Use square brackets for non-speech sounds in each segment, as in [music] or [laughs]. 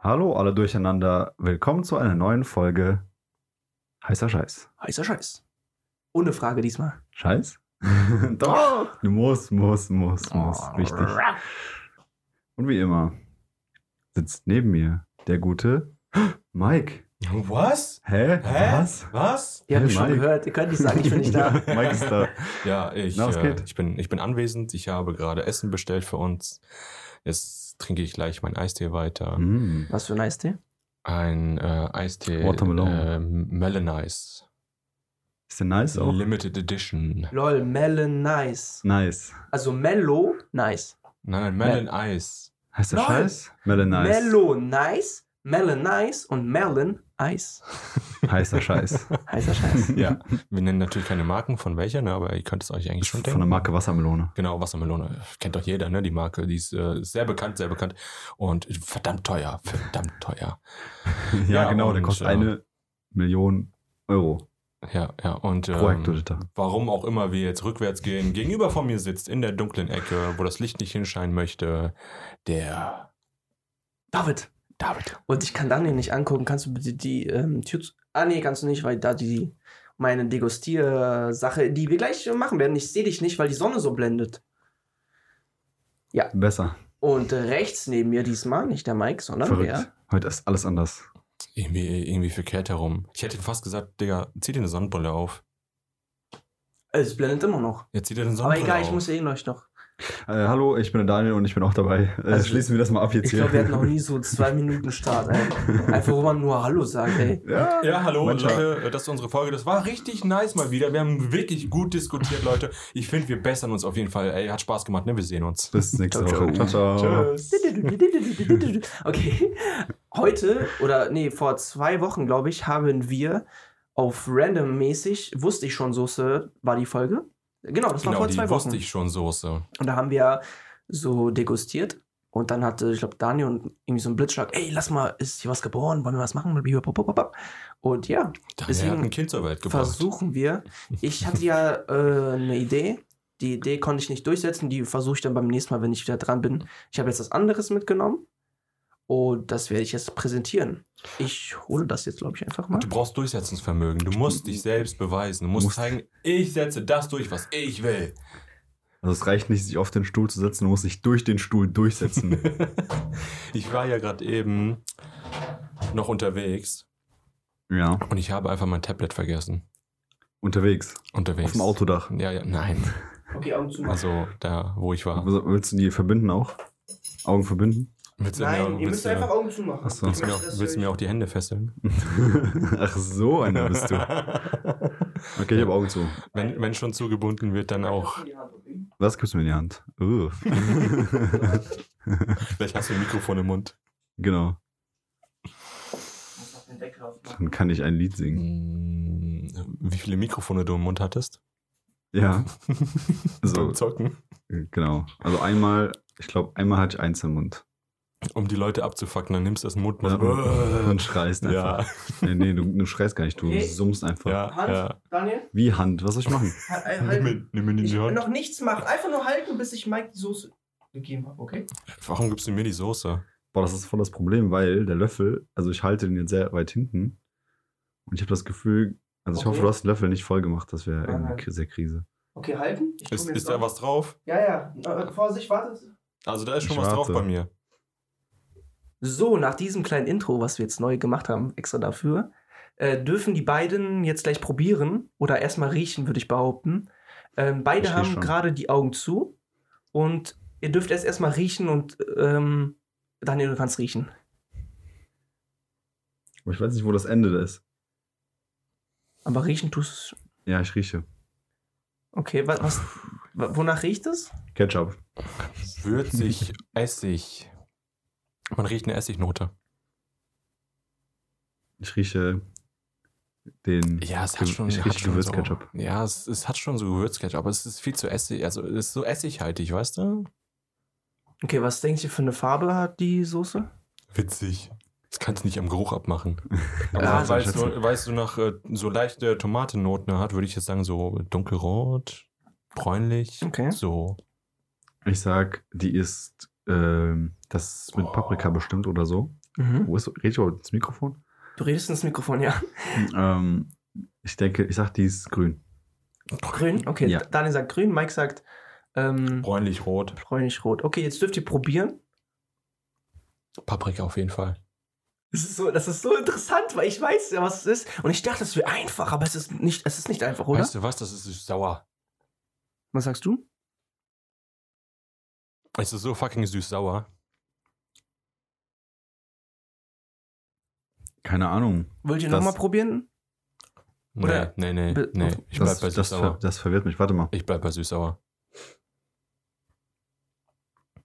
Hallo alle durcheinander, willkommen zu einer neuen Folge Heißer Scheiß. Heißer Scheiß. Ohne Frage diesmal. Scheiß? [laughs] Ah. Doch, du musst, musst, musst, musst, wichtig. Und wie immer sitzt neben mir der gute [gasps] Mike. Was? Hä? Hä? Was? Was? Ihr habt Hey, es schon Mike. gehört, ihr könnt nicht sagen, ich bin nicht da. [laughs] Mike ist da. Ja, ich, Na, was äh, geht? ich, bin, ich bin anwesend. Ich habe gerade Essen bestellt für uns. Jetzt trinke ich gleich meinen Eistee weiter. Mm. Was für ein Eistee? Ein äh, Eistee. Watermelon. Äh, Melonice. Ist der nice auch? Limited Edition. Lol, Melon Nice. Nice. Also Mellow Nice. Nein, nein, Melon Ice. Heißt der Lol. Scheiß? Melon Nice. Mellow Nice, Melon Nice und Melon Eis. Heißer Scheiß. [laughs] Heißer Scheiß. [laughs] Ja, wir nennen natürlich keine Marken von welcher, ne, aber ihr könnt es euch eigentlich schon Von der denken. Marke Wassermelone. Genau, Wassermelone. Kennt doch jeder, ne? Die Marke. Die ist äh, sehr bekannt, sehr bekannt. Und verdammt teuer. Verdammt teuer. ja, Ja, genau, der und, kostet äh, eine Million Euro Ja, ja. Und, pro ähm, Hektoliter. warum auch immer wir jetzt rückwärts gehen, gegenüber von mir sitzt, in der dunklen Ecke, wo das Licht nicht hinscheinen möchte, der David, David. und ich kann Daniel nicht angucken. Kannst du bitte die ähm, Tür zu. Ah, nee, kannst du nicht, weil da die meine Degustier-Sache, die wir gleich äh, machen werden. Ich sehe dich nicht, weil die Sonne so blendet. Besser. Und äh, rechts neben mir diesmal, nicht der Mike, sondern Verrückt. der. Heute ist alles anders. Irgendwie, irgendwie verkehrt herum. Ich hätte fast gesagt, Digga, zieh dir eine Sonnenbrille auf. Es blendet immer noch. Jetzt zieh dir eine Aber Sonnenbrille egal, auf. ich muss ja eh gleich noch. Äh, hallo, ich bin der Daniel und ich bin auch dabei. Äh, Also, schließen wir das mal ab jetzt Ich hier. glaube, wir hatten noch nie so zwei Minuten Start, ey. [laughs] Einfach, wo man nur Hallo sagt, ey. ja. ja, hallo Mensch, Leute, das ist unsere Folge. Das war richtig nice mal wieder. Wir haben wirklich gut diskutiert, Leute. Ich finde, wir bessern uns auf jeden Fall. Ey, hat Spaß gemacht, ne? Wir sehen uns. [laughs] Bis nächste Ciao, Woche. Ciao, ciao. Tschüss. Okay. Heute, oder nee, vor zwei Wochen, glaube ich, haben wir auf random-mäßig, wusste ich schon, Soße war die Folge. Genau, das war Genau, vor die zwei Wochen. wusste ich schon, Soße. Und da haben wir so degustiert. Und dann hatte, ich glaube, Daniel und irgendwie so ein Blitzschlag, ey, lass mal, ist hier was geboren, wollen wir was machen? Und ja, Daniel Deswegen hat ein Kind zur Welt gebracht. versuchen wir. Ich hatte ja äh, eine Idee. Die Idee konnte ich nicht durchsetzen. Die versuche ich dann beim nächsten Mal, wenn ich wieder dran bin. Ich habe jetzt was anderes mitgenommen. Und das werde ich jetzt präsentieren. Ich hole das jetzt, glaube ich, einfach mal. Du brauchst Durchsetzungsvermögen. Du musst dich selbst beweisen. Du Hm? musst Musst- zeigen, ich setze das durch, was ich [laughs] will. Also es reicht nicht, sich auf den Stuhl zu setzen, du musst dich durch den Stuhl [laughs] durchsetzen. ich war ja gerade eben noch unterwegs ja, und ich habe einfach mein Tablet vergessen. unterwegs. Unterwegs. Auf dem Autodach. Ja, ja, nein. Okay, Augen zu. Also da, wo ich war. Also, Willst du die verbinden auch? Augen verbinden? [laughs] Willst du, mir, willst, du, Augen zu machen. Ach so. willst, du mir auch, willst du mir auch die Hände fesseln? [laughs] Ach so, einer bist du. Okay, ich habe Augen zu. [laughs] wenn, wenn schon zugebunden wird, dann auch. Was gibst du mir in die Hand? Uh. Vielleicht hast du ein Mikrofon im Mund. [laughs] genau, dann kann ich ein Lied singen. Hm, Wie viele Mikrofone du im Mund hattest? Ja, Beim [laughs] so, Zocken. genau. Also einmal, ich glaube, einmal hatte ich eins im Mund. Um die Leute abzufacken, dann nimmst du das Mund. Ja, [laughs] Und und schreist einfach. Ja, Nee, nee, du, du schreist gar nicht, du Okay. summst einfach. ja, ja. Daniel, halt, Wie Hand, was soll ich machen? Nimm also, ihn, nimm ihn in die Hand. nichts machen. Einfach nur halten, bis ich Mike die Soße gegeben habe, okay? Warum gibst du mir die Soße? Boah, das ist voll das Problem, weil der Löffel, also ich halte den jetzt sehr weit hinten und ich habe das Gefühl, also ich Okay. hoffe, du hast den Löffel nicht voll gemacht, das wäre Nein, irgendwie nein. ki- sehr Krise. Okay, halten. Ich Ist, ist da was drauf? Ja, ja. Äh, Vorsicht, wartet. Also da ist schon Ich was drauf warte. bei mir. So, nach diesem kleinen Intro, was wir jetzt neu gemacht haben, extra dafür, äh, dürfen die beiden jetzt gleich probieren oder erstmal riechen, würde ich behaupten. Ähm, beide Ich riech haben schon. gerade die Augen zu und ihr dürft erst erstmal riechen und ähm, Daniel, du kannst riechen. Aber ich weiß nicht, wo das Ende da ist. Aber riechen tust Ja, ich rieche. Okay, was, was wa- wonach riecht es? Ketchup. Würzig, Essig. Man riecht eine Essignote. Ich rieche den. Ja, es Ge- ich rieche Gewürzketchup. So, ja, es, es hat schon so Gewürzketchup, aber es ist viel zu essig. Also es ist so essighaltig, weißt du? Okay, was denkt ihr für eine Farbe hat die Soße? Witzig. Das kannst du nicht am Geruch abmachen. [laughs] Aber Ja, weil, es schätze. so, weil es so nach äh, so leichte Tomatennoten hat, würde ich jetzt sagen, so dunkelrot, bräunlich. Okay. So. Ich sag, die ist, ähm, das ist mit Oh. Paprika bestimmt oder so. Mhm. Wo ist, rede ich überhaupt ins Mikrofon? Du redest ins Mikrofon, ja. Ähm, ich denke, ich sag, die ist grün. Grün? Okay, Ja. Daniel sagt grün, Mike sagt ähm, Bräunlich-rot. bräunlich-rot. Okay, jetzt dürft ihr probieren. Paprika auf jeden Fall. Das ist, so, das ist so interessant, weil ich weiß ja, was es ist. Und ich dachte, es wäre einfach, aber es ist nicht, es ist nicht einfach, oder? Weißt du was? Das ist sauer. was sagst du? Es ist so fucking süß-sauer. Keine Ahnung. Wollt ihr Das- nochmal [laughs] probieren? Nee, Oder- nee, nee, Be- nee. Ich das, bleib bei das, ver süß-sauer. das verwirrt mich. Warte mal. Ich bleib bei süß-sauer.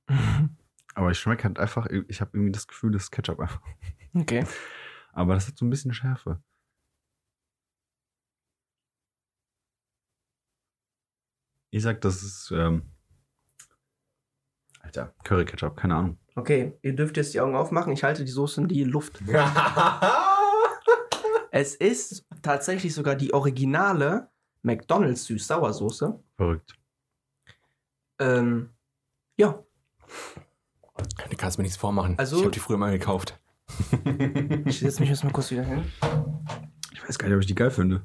[laughs] Aber ich schmecke halt einfach, ich habe irgendwie das Gefühl, das ist Ketchup einfach. Okay. Aber das hat so ein bisschen Schärfe. Ich sag, das ist, ähm, Alter, Curry-Ketchup, keine Ahnung. Okay, ihr dürft jetzt die Augen aufmachen. Ich halte die Soße in die Luft. Es ist tatsächlich sogar die originale McDonalds Süß-Sauersoße. Verrückt. Ähm, ja, Du kannst mir nichts vormachen. Also- ich habe die früher mal gekauft. ich setze mich jetzt mal kurz wieder hin. Ich weiß gar nicht, ob ich die geil finde.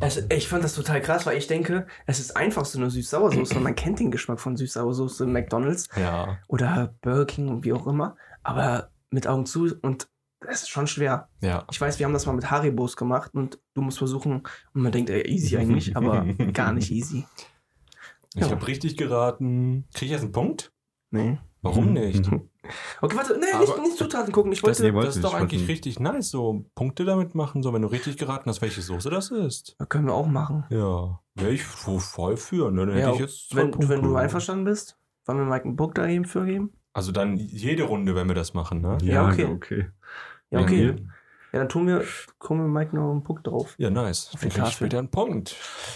Also, ich fand das total krass, weil ich denke, es ist einfach so eine Süß-Sauersoße. Man kennt den Geschmack von Süß-Sauersoße in McDonalds Ja. oder Burger King und wie auch immer. Aber mit Augen zu und es ist schon schwer. Ja. Ich weiß, wir haben das mal mit Haribos gemacht und du musst versuchen, und man denkt, ey, easy eigentlich, aber gar nicht easy. Ich Ja. habe richtig geraten. Krieg ich jetzt einen Punkt? Nee. Warum Mhm. [laughs] nicht? Mhm. Okay, warte, nee, Aber- nicht, nicht Zutaten gucken. Ich Das, wollte. Nee, wollte das ist nicht, doch wollte eigentlich nicht. richtig nice, so Punkte damit machen, so wenn du richtig geraten hast, welche Soße das ist. Können wir auch machen. Ja. Wäre ich vo- voll für, ne? Dann hätte Ja, ich jetzt zwei Wenn, Punkte. wenn du einverstanden bist, wollen wir Mike einen Punkt da eben für geben? Also dann jede Runde, wenn wir das machen, ne? Ja, okay. okay. [laughs] Ja, Ja, okay. hier. Ja, dann tun wir, kommen wir Mike noch einen Punkt drauf. Ja, nice. Auf die Dann krieg ich Tafel. später einen Punkt.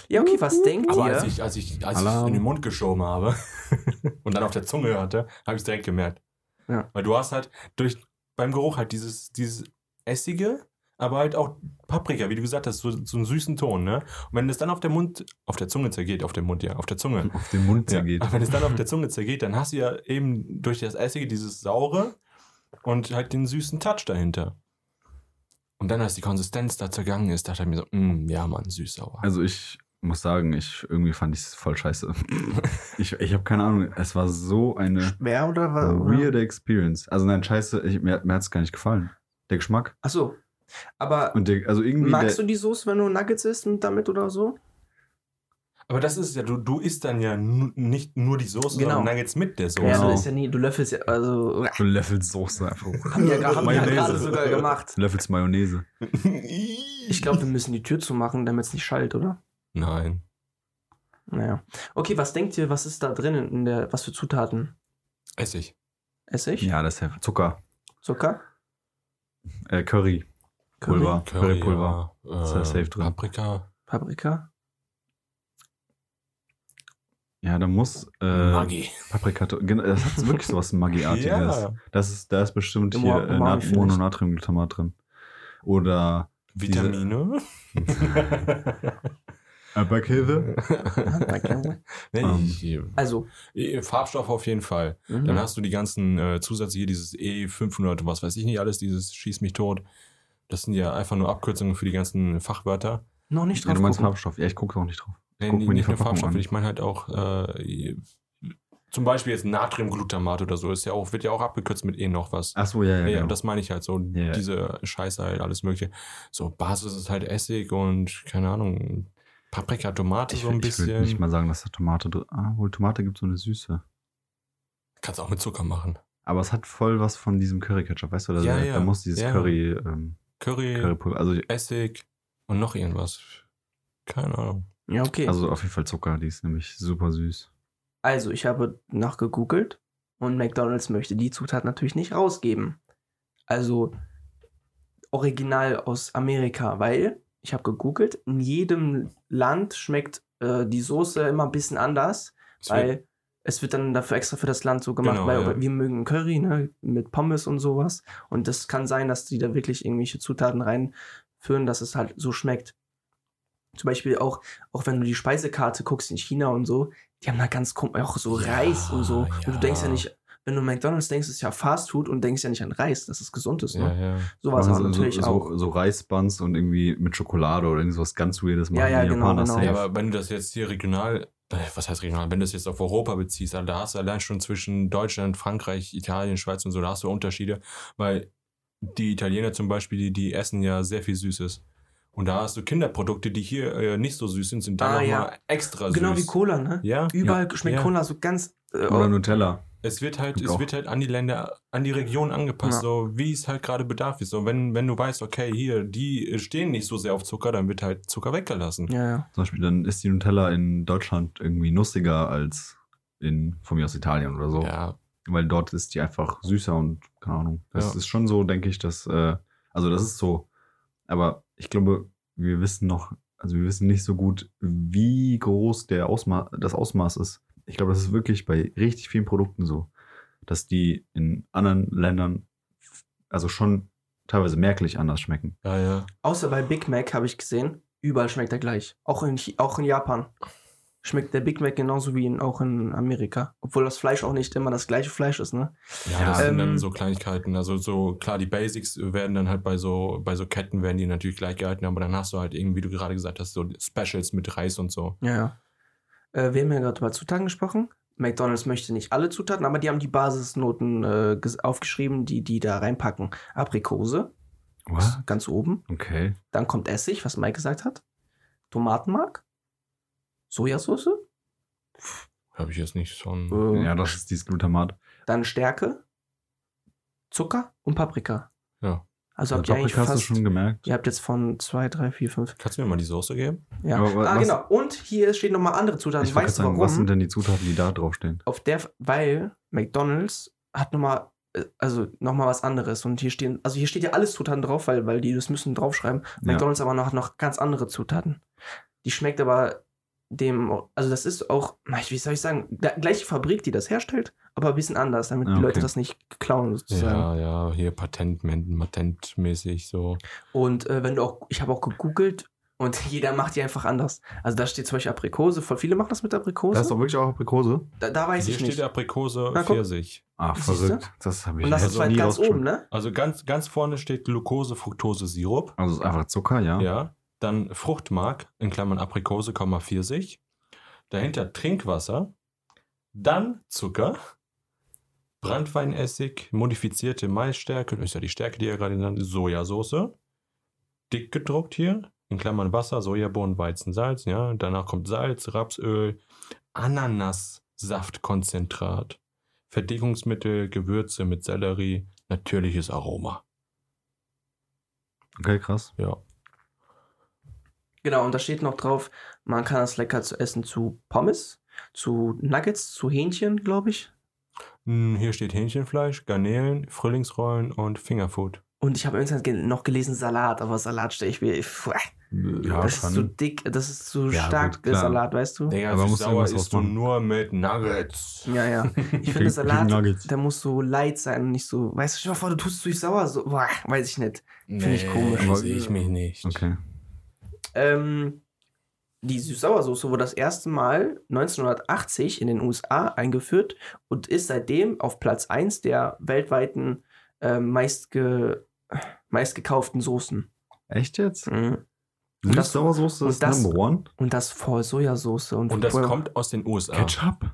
Ja, okay, was denkt Aber als ihr? ich, als ich, als ich Alarm. in den Mund geschoben habe [laughs] und dann auf der Zunge hatte, habe ich es direkt gemerkt. Ja. Weil du hast halt durch beim Geruch halt dieses, dieses Essige, aber halt auch Paprika, wie du gesagt hast, so, so einen süßen Ton, ne? Und wenn das dann auf der Mund, auf der Zunge zergeht, auf dem Mund, ja, auf der Zunge. Auf den Mund Ja, zergeht. aber wenn es dann auf der Zunge zergeht, dann hast du ja eben durch das Essige dieses Saure und halt den süßen Touch dahinter. Und dann, als die Konsistenz da zergangen ist, dachte ich mir so, mm, ja, Mann, süß-sauer. Also ich muss sagen, ich irgendwie fand ich es voll [laughs] scheiße. ich ich habe keine Ahnung. Es war so eine Schwer oder was? weirde Experience. Also nein, scheiße, ich, mir, mir hat es gar nicht gefallen. Der Geschmack. Achso. Aber Und der, also irgendwie magst der, du die Soße, wenn du Nuggets isst mit- damit oder so? Aber das ist ja, du, du isst dann ja nu- nicht nur die Soße, Genau. sondern Nuggets mit der Soße. Ja, [laughs] du Genau. isst ja nie, du löffelst ja, also [laughs] du löffelst Soße einfach. [laughs] haben wir ja haben wir ja Mayonnaise. gerade sogar gemacht. löffelst Mayonnaise. Ich glaube, wir müssen die Tür zumachen, damit es nicht schallt, oder? Nein. Naja. Okay, was denkt ihr, was ist da drin in der, was für Zutaten? Essig. Essig? Ja, das ist ja Zucker. Zucker? Äh, Curry. Curry? Pulver. Currypulver. ja, Ist äh, ja safe drin. Paprika. Paprika? Ja, da muss äh, Maggi. Paprika. Genau, das hat wirklich sowas Maggi-artiges. Ja. Das ist, da ist bestimmt Im hier Umami äh, Nat- vielleicht. Mononatriumglutamat drin. Oder Vitamine. Äh, Albakäse. [laughs] [laughs] nee, Ähm. ich- Also, eh, Farbstoff auf jeden Fall. mhm. Dann hast du die ganzen äh, Zusätze hier, dieses E500, was weiß ich nicht alles, dieses Schieß mich tot. Das sind ja einfach nur Abkürzungen für die ganzen Fachwörter. noch nicht Ja, drauf du meinst gucken. Farbstoff. Ja, ich gucke auch nicht drauf. Nee, Guck mir nee, die nicht nur Verpackung Farbstoffe, an. ich meine halt auch äh, zum Beispiel jetzt Natriumglutamat oder so, ist ja auch, wird ja auch abgekürzt mit eh noch was. Achso, ja, ja. Ja, genau. das meine ich halt so, ja. diese Scheiße halt, alles mögliche. So, Basis ist halt Essig und, keine Ahnung, Paprika, Tomate ich so ein würd- ich würde bisschen. nicht mal sagen, dass da Tomate drin Ah, wohl Tomate gibt so eine Süße. Kannst auch mit Zucker machen. Aber es hat voll was von diesem Curry-Ketchup, weißt du? Also, Da, Ja, da, ja. da muss dieses Ja. Curry, ähm, Curry, Currypulver. Also, Essig und noch irgendwas. Keine Ahnung. Ja, okay. also auf jeden Fall Zucker, die ist nämlich super süß. Also, ich habe nachgegoogelt und McDonald's möchte die Zutat natürlich nicht rausgeben. Also original aus Amerika, weil ich habe gegoogelt, in jedem Land schmeckt äh, die Soße immer ein bisschen anders, Es weil wird- es wird dann dafür extra für das Land so gemacht, Genau, weil ja. wir mögen Curry, ne, mit Pommes und sowas und das kann sein, dass die da wirklich irgendwelche Zutaten reinführen, dass es halt so schmeckt. Zum Beispiel auch, auch wenn du die Speisekarte guckst in China und so, die haben da ganz komisch, auch so Ja, Reis und so. ja. Und du denkst ja nicht, wenn du an McDonalds denkst, ist ja Fast Food und denkst ja nicht an Reis, dass es gesund ist. Ne? ja. So war es Aber auch natürlich so, auch. So, so Reisbuns und irgendwie mit Schokolade oder irgendwas ganz Weirdes machen ja, die genau, Japaner genau. safe. Ja, aber wenn du das jetzt hier regional, äh, was heißt regional, wenn du das jetzt auf Europa beziehst, also da hast du allein schon zwischen Deutschland, Frankreich, Italien, Schweiz und so, da hast du Unterschiede, weil die Italiener zum Beispiel, die, die essen ja sehr viel Süßes. Und da hast du Kinderprodukte, die hier äh, nicht so süß sind, sind da Ah, nochmal ja. extra süß. Genau wie Cola, ne? Ja, Überall schmeckt Ja. Cola so ganz. Äh, Oder Nutella. es wird halt, Gibt es auch. wird halt an die Länder, an die Region angepasst, Ja. so wie es halt gerade bedarf ist. So, wenn, wenn du weißt, okay, hier, die äh, stehen nicht so sehr auf Zucker, dann wird halt Zucker weggelassen. ja, ja. Zum Beispiel, dann ist die Nutella in Deutschland irgendwie nussiger als in, von mir aus Italien oder so. ja Weil dort ist die einfach süßer und keine Ahnung. Das Ja. ist schon so, denke ich, dass, äh, also das ist so. Aber ich glaube, wir wissen noch, also wir wissen nicht so gut, wie groß der Ausma das Ausmaß ist. Ich glaube, das ist wirklich bei richtig vielen Produkten so, dass die in anderen Ländern f- also schon teilweise merklich anders schmecken. ja, ja. Außer bei Big Mac habe ich gesehen, überall schmeckt er gleich. Auch in, Chi- auch in Japan schmeckt der Big Mac genauso wie in, auch in Amerika. Obwohl das Fleisch auch nicht immer das gleiche Fleisch ist, ne? Ja, das Ja. sind Ähm, dann so Kleinigkeiten. Also so, klar, die Basics werden dann halt bei so, bei so Ketten werden die natürlich gleich gehalten, aber dann hast du halt irgendwie, wie du gerade gesagt hast, so Specials mit Reis und so. Ja, ja. Äh, wir haben ja gerade über Zutaten gesprochen. McDonalds möchte nicht alle Zutaten, aber die haben die Basisnoten äh, ges- aufgeschrieben, die die da reinpacken. Aprikose, ist ganz oben. Okay. Dann kommt Essig, was Mike gesagt hat. Tomatenmark. Sojasauce. Habe ich jetzt nicht so ein. Äh, Ja, das ist dieses Glutamat. Dann Stärke, Zucker und Paprika. Ja. Also habt ihr eigentlich Paprika hast du fast, schon gemerkt. ihr habt jetzt von 2 , 3, 4, 5. Kannst du mir mal die Soße geben? Ja. Aber wa- ah, was- genau. Und hier stehen nochmal andere Zutaten. ich wollte gerade Weißt du sagen, was sind warum? denn die Zutaten, die da draufstehen? Auf der, weil McDonalds hat nochmal, also nochmal was anderes. Und hier stehen, also hier steht ja alles Zutaten drauf, weil, weil die das müssen draufschreiben. Ja. McDonalds aber noch, hat noch ganz andere Zutaten. Die schmeckt aber dem, also das ist auch, na, wie soll ich sagen, da- gleiche Fabrik, die das herstellt, aber ein bisschen anders, damit Ah, die okay. Leute das nicht klauen sozusagen. ja, hier Patent, patentmäßig so. Und äh, wenn du auch, ich habe auch gegoogelt und [laughs] jeder macht die einfach anders. Also da steht zum Beispiel Aprikose, voll viele machen das mit Aprikose. Da ist doch wirklich auch Aprikose. da, da weiß Hier ich steht nicht. Aprikose, Na, guck. Pfirsich. Ah, Siehste? verrückt. Das habe ich Und das hätte ist ich halt nie ganz rausgeschmeckt. oben, ne? Also ganz, ganz vorne steht Glucose, Fructose, Sirup. Also es ist einfach Zucker, ja. Ja. Dann Fruchtmark, in Klammern Aprikose, Komma, Pfirsich. Dahinter Trinkwasser. Dann Zucker. Brandweinessig, modifizierte Maisstärke, das ist ja die Stärke, die er gerade genannt hat, Sojasauce. Dick gedruckt hier, in Klammern Wasser, Sojabohnen, Weizensalz, ja. Danach kommt Salz, Rapsöl, Ananassaftkonzentrat, Verdickungsmittel, Gewürze mit Sellerie, natürliches Aroma. Okay, krass. Ja. Genau, und da steht noch drauf, man kann das lecker zu essen zu Pommes, zu Nuggets, zu Hähnchen, glaube ich. Hm, Hier steht Hähnchenfleisch, Garnelen, Frühlingsrollen und Fingerfood. Und ich habe irgendwann ge- noch gelesen Salat, aber Salat stelle ich mir. Pff, Ja, das schon. ist zu dick, das ist zu Ja, stark, gut, der klar. Salat, weißt du? Digga, Aber aber musst du sauer irgendwas isst du ausmachen. nur mit Nuggets. Ja, [laughs] ja. Ich finde Krieg- kriegen Salat, Nuggets. der muss so light sein und nicht so, weißt du, stell dir mal vor, du tust es durch sauer, so, boah, weiß ich nicht. Finde ich komisch. Aber- sehe ich mich nicht. Okay. Ähm, die Süß-Sauersoße wurde das erste Mal 1980 in den USA eingeführt und ist seitdem auf Platz 1 der weltweiten äh, meistge meistgekauften Soßen. Echt jetzt? Mhm. Und das- Süß-Sauersoße und ist das- Number One. Und das vor Sojasauce. Und, Und das vorher- kommt aus den USA. Ketchup?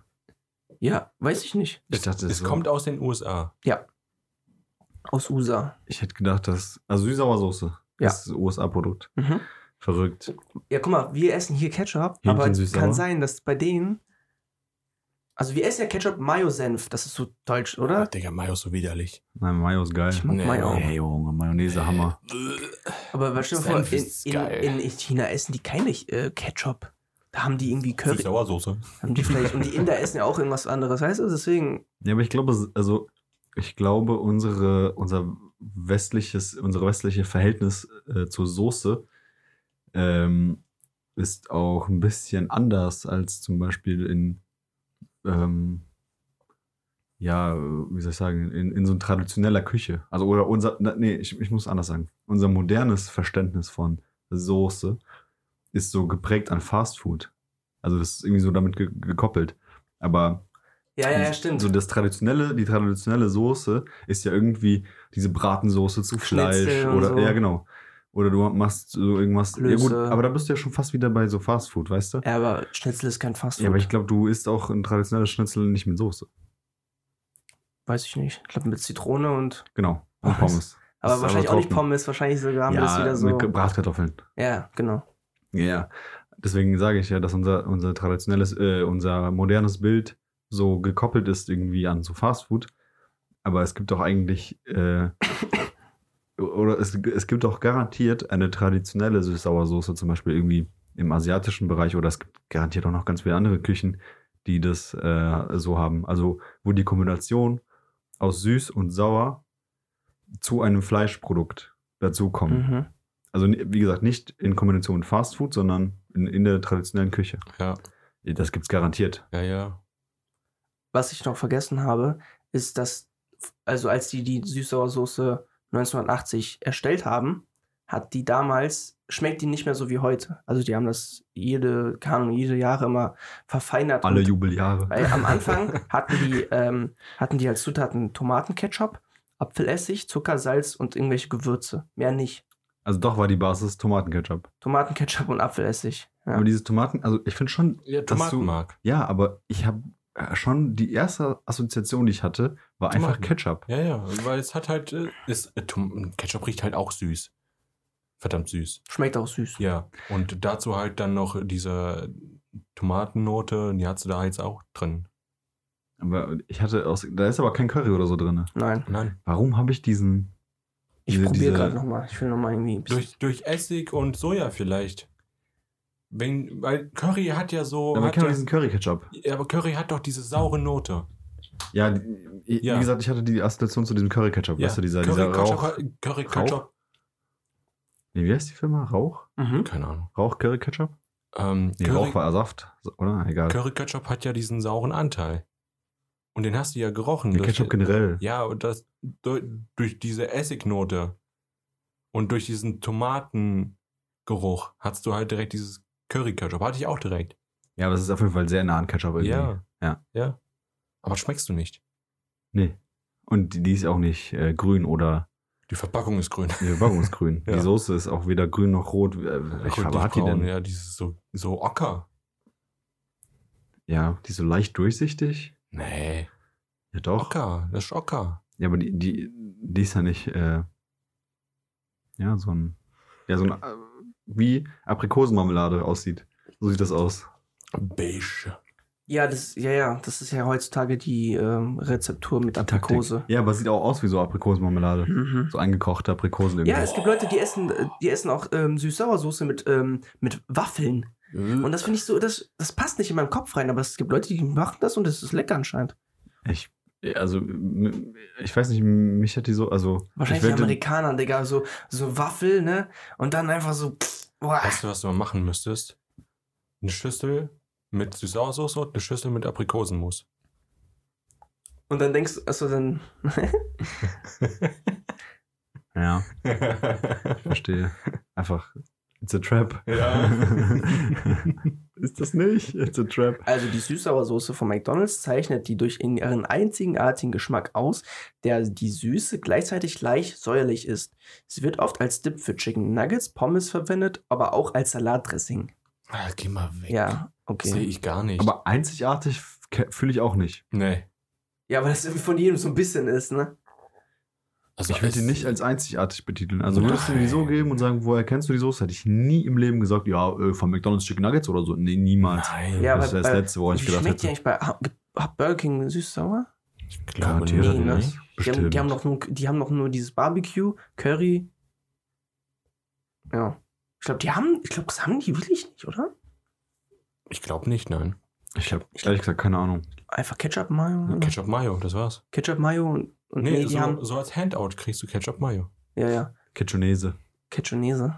Ja, weiß ich nicht. Ich dachte, Es so- kommt aus den USA. Aus USA. Ich hätte gedacht, dass. Also Süß-Sauersoße Ja. ist ein USA-Produkt. Mhm. Verrückt. Ja, guck mal, wir essen hier Ketchup, Hähnchen aber süß-sauer? kann sein, dass bei denen. Also, wir essen ja Ketchup Mayo-Senf. Das ist so deutsch, Ah, oder? Digga, Mayo ist so widerlich. Nein, Mayo ist geil. Ich mag Nee. Mayo. Ey, Junge, Mayonnaise, Hammer. Äh, Aber Hm, was stell dir mal Senf vor, in, ist geil. in, in China essen die keine äh, Ketchup. Da haben die irgendwie Curry. Sauersoße. Haben die vielleicht, und die Inder essen ja auch irgendwas anderes. Weißt du, deswegen. Ja, aber ich glaube, also ich glaube, unsere, unser westliches, unsere westliche Verhältnis äh, zur Soße ähm, ist auch ein bisschen anders als zum Beispiel in, ähm, ja, wie soll ich sagen, in, in so traditioneller Küche. Also oder unser, na, nee, ich, ich muss anders sagen. Unser modernes Verständnis von Soße ist so geprägt an Fast Food. Also das ist irgendwie so damit ge gekoppelt. Aber Ja, ja, ja, stimmt. So das traditionelle, die traditionelle Soße ist ja irgendwie diese Bratensoße zu Schnitzel Fleisch und oder so. ja genau. Oder du machst so irgendwas. Ja gut, Klöße. aber da bist du ja schon fast wieder bei so Fast Food, weißt du? ja, aber Schnitzel ist kein Fastfood. Ja, aber ich glaube, du isst auch ein traditionelles Schnitzel nicht mit Soße. Weiß ich nicht. Ich glaube mit Zitrone und. Genau. Was? Und Pommes. Aber ist wahrscheinlich aber auch nicht trocken. Pommes, wahrscheinlich sogar haben wir das Ja, wieder so. mit Bratkartoffeln. Ja, genau. Ja, ja. deswegen sage ich ja, dass unser, unser traditionelles, äh, unser modernes Bild so gekoppelt ist irgendwie an so Fast Food. Aber es gibt doch eigentlich, äh, oder es, es gibt doch garantiert eine traditionelle Süß-Sauersoße, zum Beispiel irgendwie im asiatischen Bereich, oder es gibt garantiert auch noch ganz viele andere Küchen, die das äh, so haben. Also, wo die Kombination aus süß und sauer zu einem Fleischprodukt dazukommt. Mhm. Also ni- wie gesagt, nicht in Kombination mit Fast Food, sondern in, in der traditionellen Küche. Ja, Das gibt's garantiert. ja, ja. Was ich noch vergessen habe, ist, dass, also als die die Süßsauersoße 1980 erstellt haben, hat die damals, schmeckt die nicht mehr so wie heute. Also die haben das jede, keine Ahnung, jede Jahre immer verfeinert. Alle und- Jubeljahre. Weil [laughs] am Anfang hatten die, ähm, hatten die als Zutaten Tomatenketchup, Apfelessig, Zucker, Salz und irgendwelche Gewürze. Mehr nicht. Also doch war die Basis Tomatenketchup. Tomatenketchup und Apfelessig. Ja. Aber diese Tomaten, also ich finde schon, Ja, Dass du- Tomatenmark. ja, aber ich habe schon die erste Assoziation, die ich hatte, war einfach Tomaten. Ketchup. Ja, ja, weil es hat halt, äh, ist, äh, Tom- Ketchup riecht halt auch süß. Verdammt süß. Schmeckt auch süß. Ja, und dazu halt dann noch diese Tomatennote, die hat sie da jetzt auch drin. Aber ich hatte aus, da ist aber kein Curry oder so drin. Nein. Nein, Warum habe ich diesen? Ich Diese- probiere diese- gerade nochmal. Ich will nochmal irgendwie ein bisschen. durch, durch Essig und Soja vielleicht. Wenn, weil Curry hat ja so, Aber ich hat kenne ja, doch diesen Curry Ketchup. ja, aber Curry hat doch diese saure Note. Ja, die- wie Ja. gesagt, ich hatte die Assoziation zu diesem Curry Ketchup. Ja, Weißt du, dieser, Curry, dieser Rauch. Ketchup, Curry Ketchup. Nee, wie heißt die Firma? Rauch? Mhm. Keine Ahnung. Rauch Curry Ketchup? Ähm, Nee, Curry, Rauch war Saft, oder? Egal. Curry Ketchup hat ja diesen sauren Anteil. Und den hast du ja gerochen. Nee, durch- Ketchup generell. Ja, und das durch, durch diese Essignote und durch diesen Tomatengeruch hast du halt direkt dieses Curry-Ketchup. Hatte ich auch direkt. Ja, aber es ist auf jeden Fall sehr nah an Ketchup irgendwie. Ja. Ja. Ja. Aber schmeckst du nicht. Nee. Und die, die ist auch nicht äh, grün oder Die Verpackung ist grün. die Verpackung ist grün. [laughs] Ja. Die Soße ist auch weder grün noch rot. Äh, welche Farbe hat die Braun, denn? Ja. Ja, dieses so, so ocker. die ist so leicht durchsichtig. Nee. Ja, doch. Ocker. Das ist ocker. Ja, aber die, die, die ist ja nicht. Äh, ja, so ein. Ja, so ein. Äh, wie Aprikosenmarmelade aussieht. So sieht das aus. Beige. Ja, das, ja, ja, das ist ja heutzutage die ähm, Rezeptur mit Die Taktik. Aprikose. Ja, aber sieht auch aus wie so Aprikosenmarmelade. Mhm. So eingekochte Aprikosen irgendwie. Ja, es gibt Leute, die essen, äh, die essen auch ähm, Süß-Sauersoße mit, ähm, mit Waffeln. Und das finde ich so, das, das passt nicht in meinen Kopf rein, aber es gibt Leute, die machen das und es ist lecker anscheinend. Ich, also, m- ich weiß nicht, mich hat die so, also. Wahrscheinlich ich die wette- Amerikaner, Digga, so, so Waffel, ne? Und dann einfach so, pff, boah. Äh. Weißt du, was du mal machen müsstest? Eine Schüssel mit Süß-Sauersoße und eine Schüssel [laughs] mit Aprikosenmus. Und dann denkst du, also dann, Ja, Ah, ja. verstehe. [laughs] Einfach, it's a trap. [laughs] ist das nicht? It's a trap. Also die Süßsauersoße von McDonald's zeichnet die durch ihren einzigartigen Geschmack aus, der die Süße gleichzeitig leicht säuerlich ist. Sie wird oft als Dip für Chicken Nuggets, Pommes verwendet, aber auch als Salatdressing. Ah, geh mal weg. Ja, Sehe okay. ich gar nicht. Aber einzigartig ke- fühle ich auch nicht. nee. Ja, weil das irgendwie von jedem so ein bisschen ist, ne? Also Ich würde die es- nicht als einzigartig betiteln. Also würdest du mir die so Nein. geben und sagen, woher kennst du die Soße? Hätte ich nie im Leben gesagt, ja, äh, von McDonald's Chicken Nuggets oder so. Nee, niemals. Nein. Ja, das aber wäre das bei- Letzte, woran ich Wie gedacht schmeckt die hätte. eigentlich bei hat- hat Burger King süß-sauer? ich glaube Garantiert nicht. hat die ne? das. Die haben, Bestimmt. die, haben doch nur, die haben doch nur dieses Barbecue, Curry. Ja. Ich glaube, die haben, ich glaube, das haben die wirklich nicht, oder? Ich glaube nicht, nein. ich habe ehrlich gesagt keine Ahnung. Einfach Ketchup, Mayo. oder? Ketchup Mayo, das war's. Ketchup Mayo und, Hm. und nee, Nee, die so, haben so als Handout kriegst du Ketchup Mayo. ja ja [laughs] Ketchunese. Ketchunese,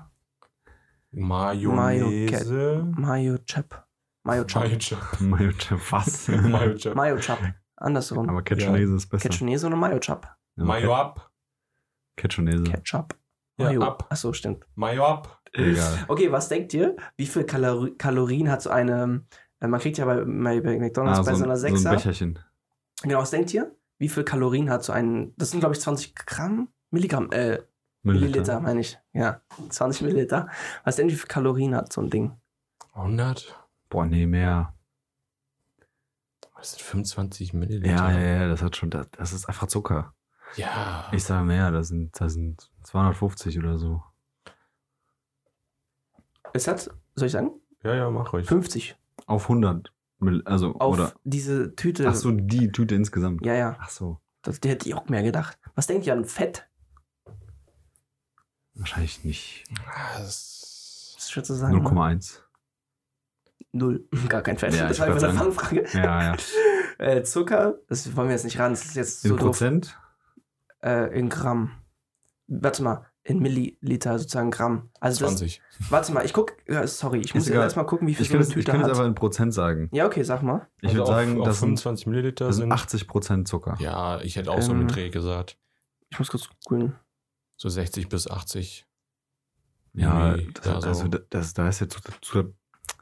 Mayonnaise. Mayo Chap, Mayo Chap, Ketchup. Mayo Chap, was? Mayo Chap. Mayo Chap, andersrum. Aber Ketchunese ist besser. Ketchunese oder Mayo Chap? Ja, Mayo up. Ketchunese. Ketchup. Ja, Mayo. ab. Ach so, stimmt. Mayo up. Egal. Okay, was denkt ihr, wie viel Kalori Kalorien hat so eine äh, man kriegt ja bei, bei bei McDonald's Ah, bei so, so, ein- einer so ein Sechser Becherchen. Genau, was denkt ihr? Wie viel Kalorien hat so ein. Das sind, glaube ich, 20 Gramm? Milligramm, äh, Milliliter, meine ich. Ja, 20 Milliliter. Was denkt ihr, wie viel Kalorien hat so ein Ding? 100? Boah, nee, mehr. Das sind 25 Ja, ja, Milliliter. ja, das hat schon, das, das ist einfach Zucker. ja. Ich sage mehr, das sind, das sind 250 oder so. Es hat, soll ich sagen? ja, ja, mach ruhig. 50. Auf 100, Mill- also, Auf oder, diese Tüte. ach so, die Tüte insgesamt. Ja, ja. Ach so, Das, der hätte ich auch mehr gedacht. Was denkt ihr an Fett? wahrscheinlich nicht. Das- Das ist schwer zu sagen. 0,1. Null. [laughs] Gar kein Fett. Ja, das ich war wollte jetzt sagen. eine Fangfrage. Ja, [laughs] ja. Äh, Zucker, das wollen wir jetzt nicht ran. Das ist jetzt In so doof. Prozent? Äh, in Gramm. Warte mal, in Milliliter sozusagen Gramm. Also das, 20. warte mal, ich guck, ja, sorry, ich muss jetzt egal. erstmal gucken, wie viel Ich so kann eine es ich Tüte kann es hat. einfach in Prozent sagen. ja, okay, sag mal. Ich Also würde auf- sagen, auf das sind, 25 Milliliter das sind sind. 80 Prozent Zucker. Ja, ich hätte auch so Ähm. einen Dreh gesagt. Ich muss kurz googeln. So 60 bis 80. Ja, Irgendwie das, da so. also das, das, da ist ja zu, zu,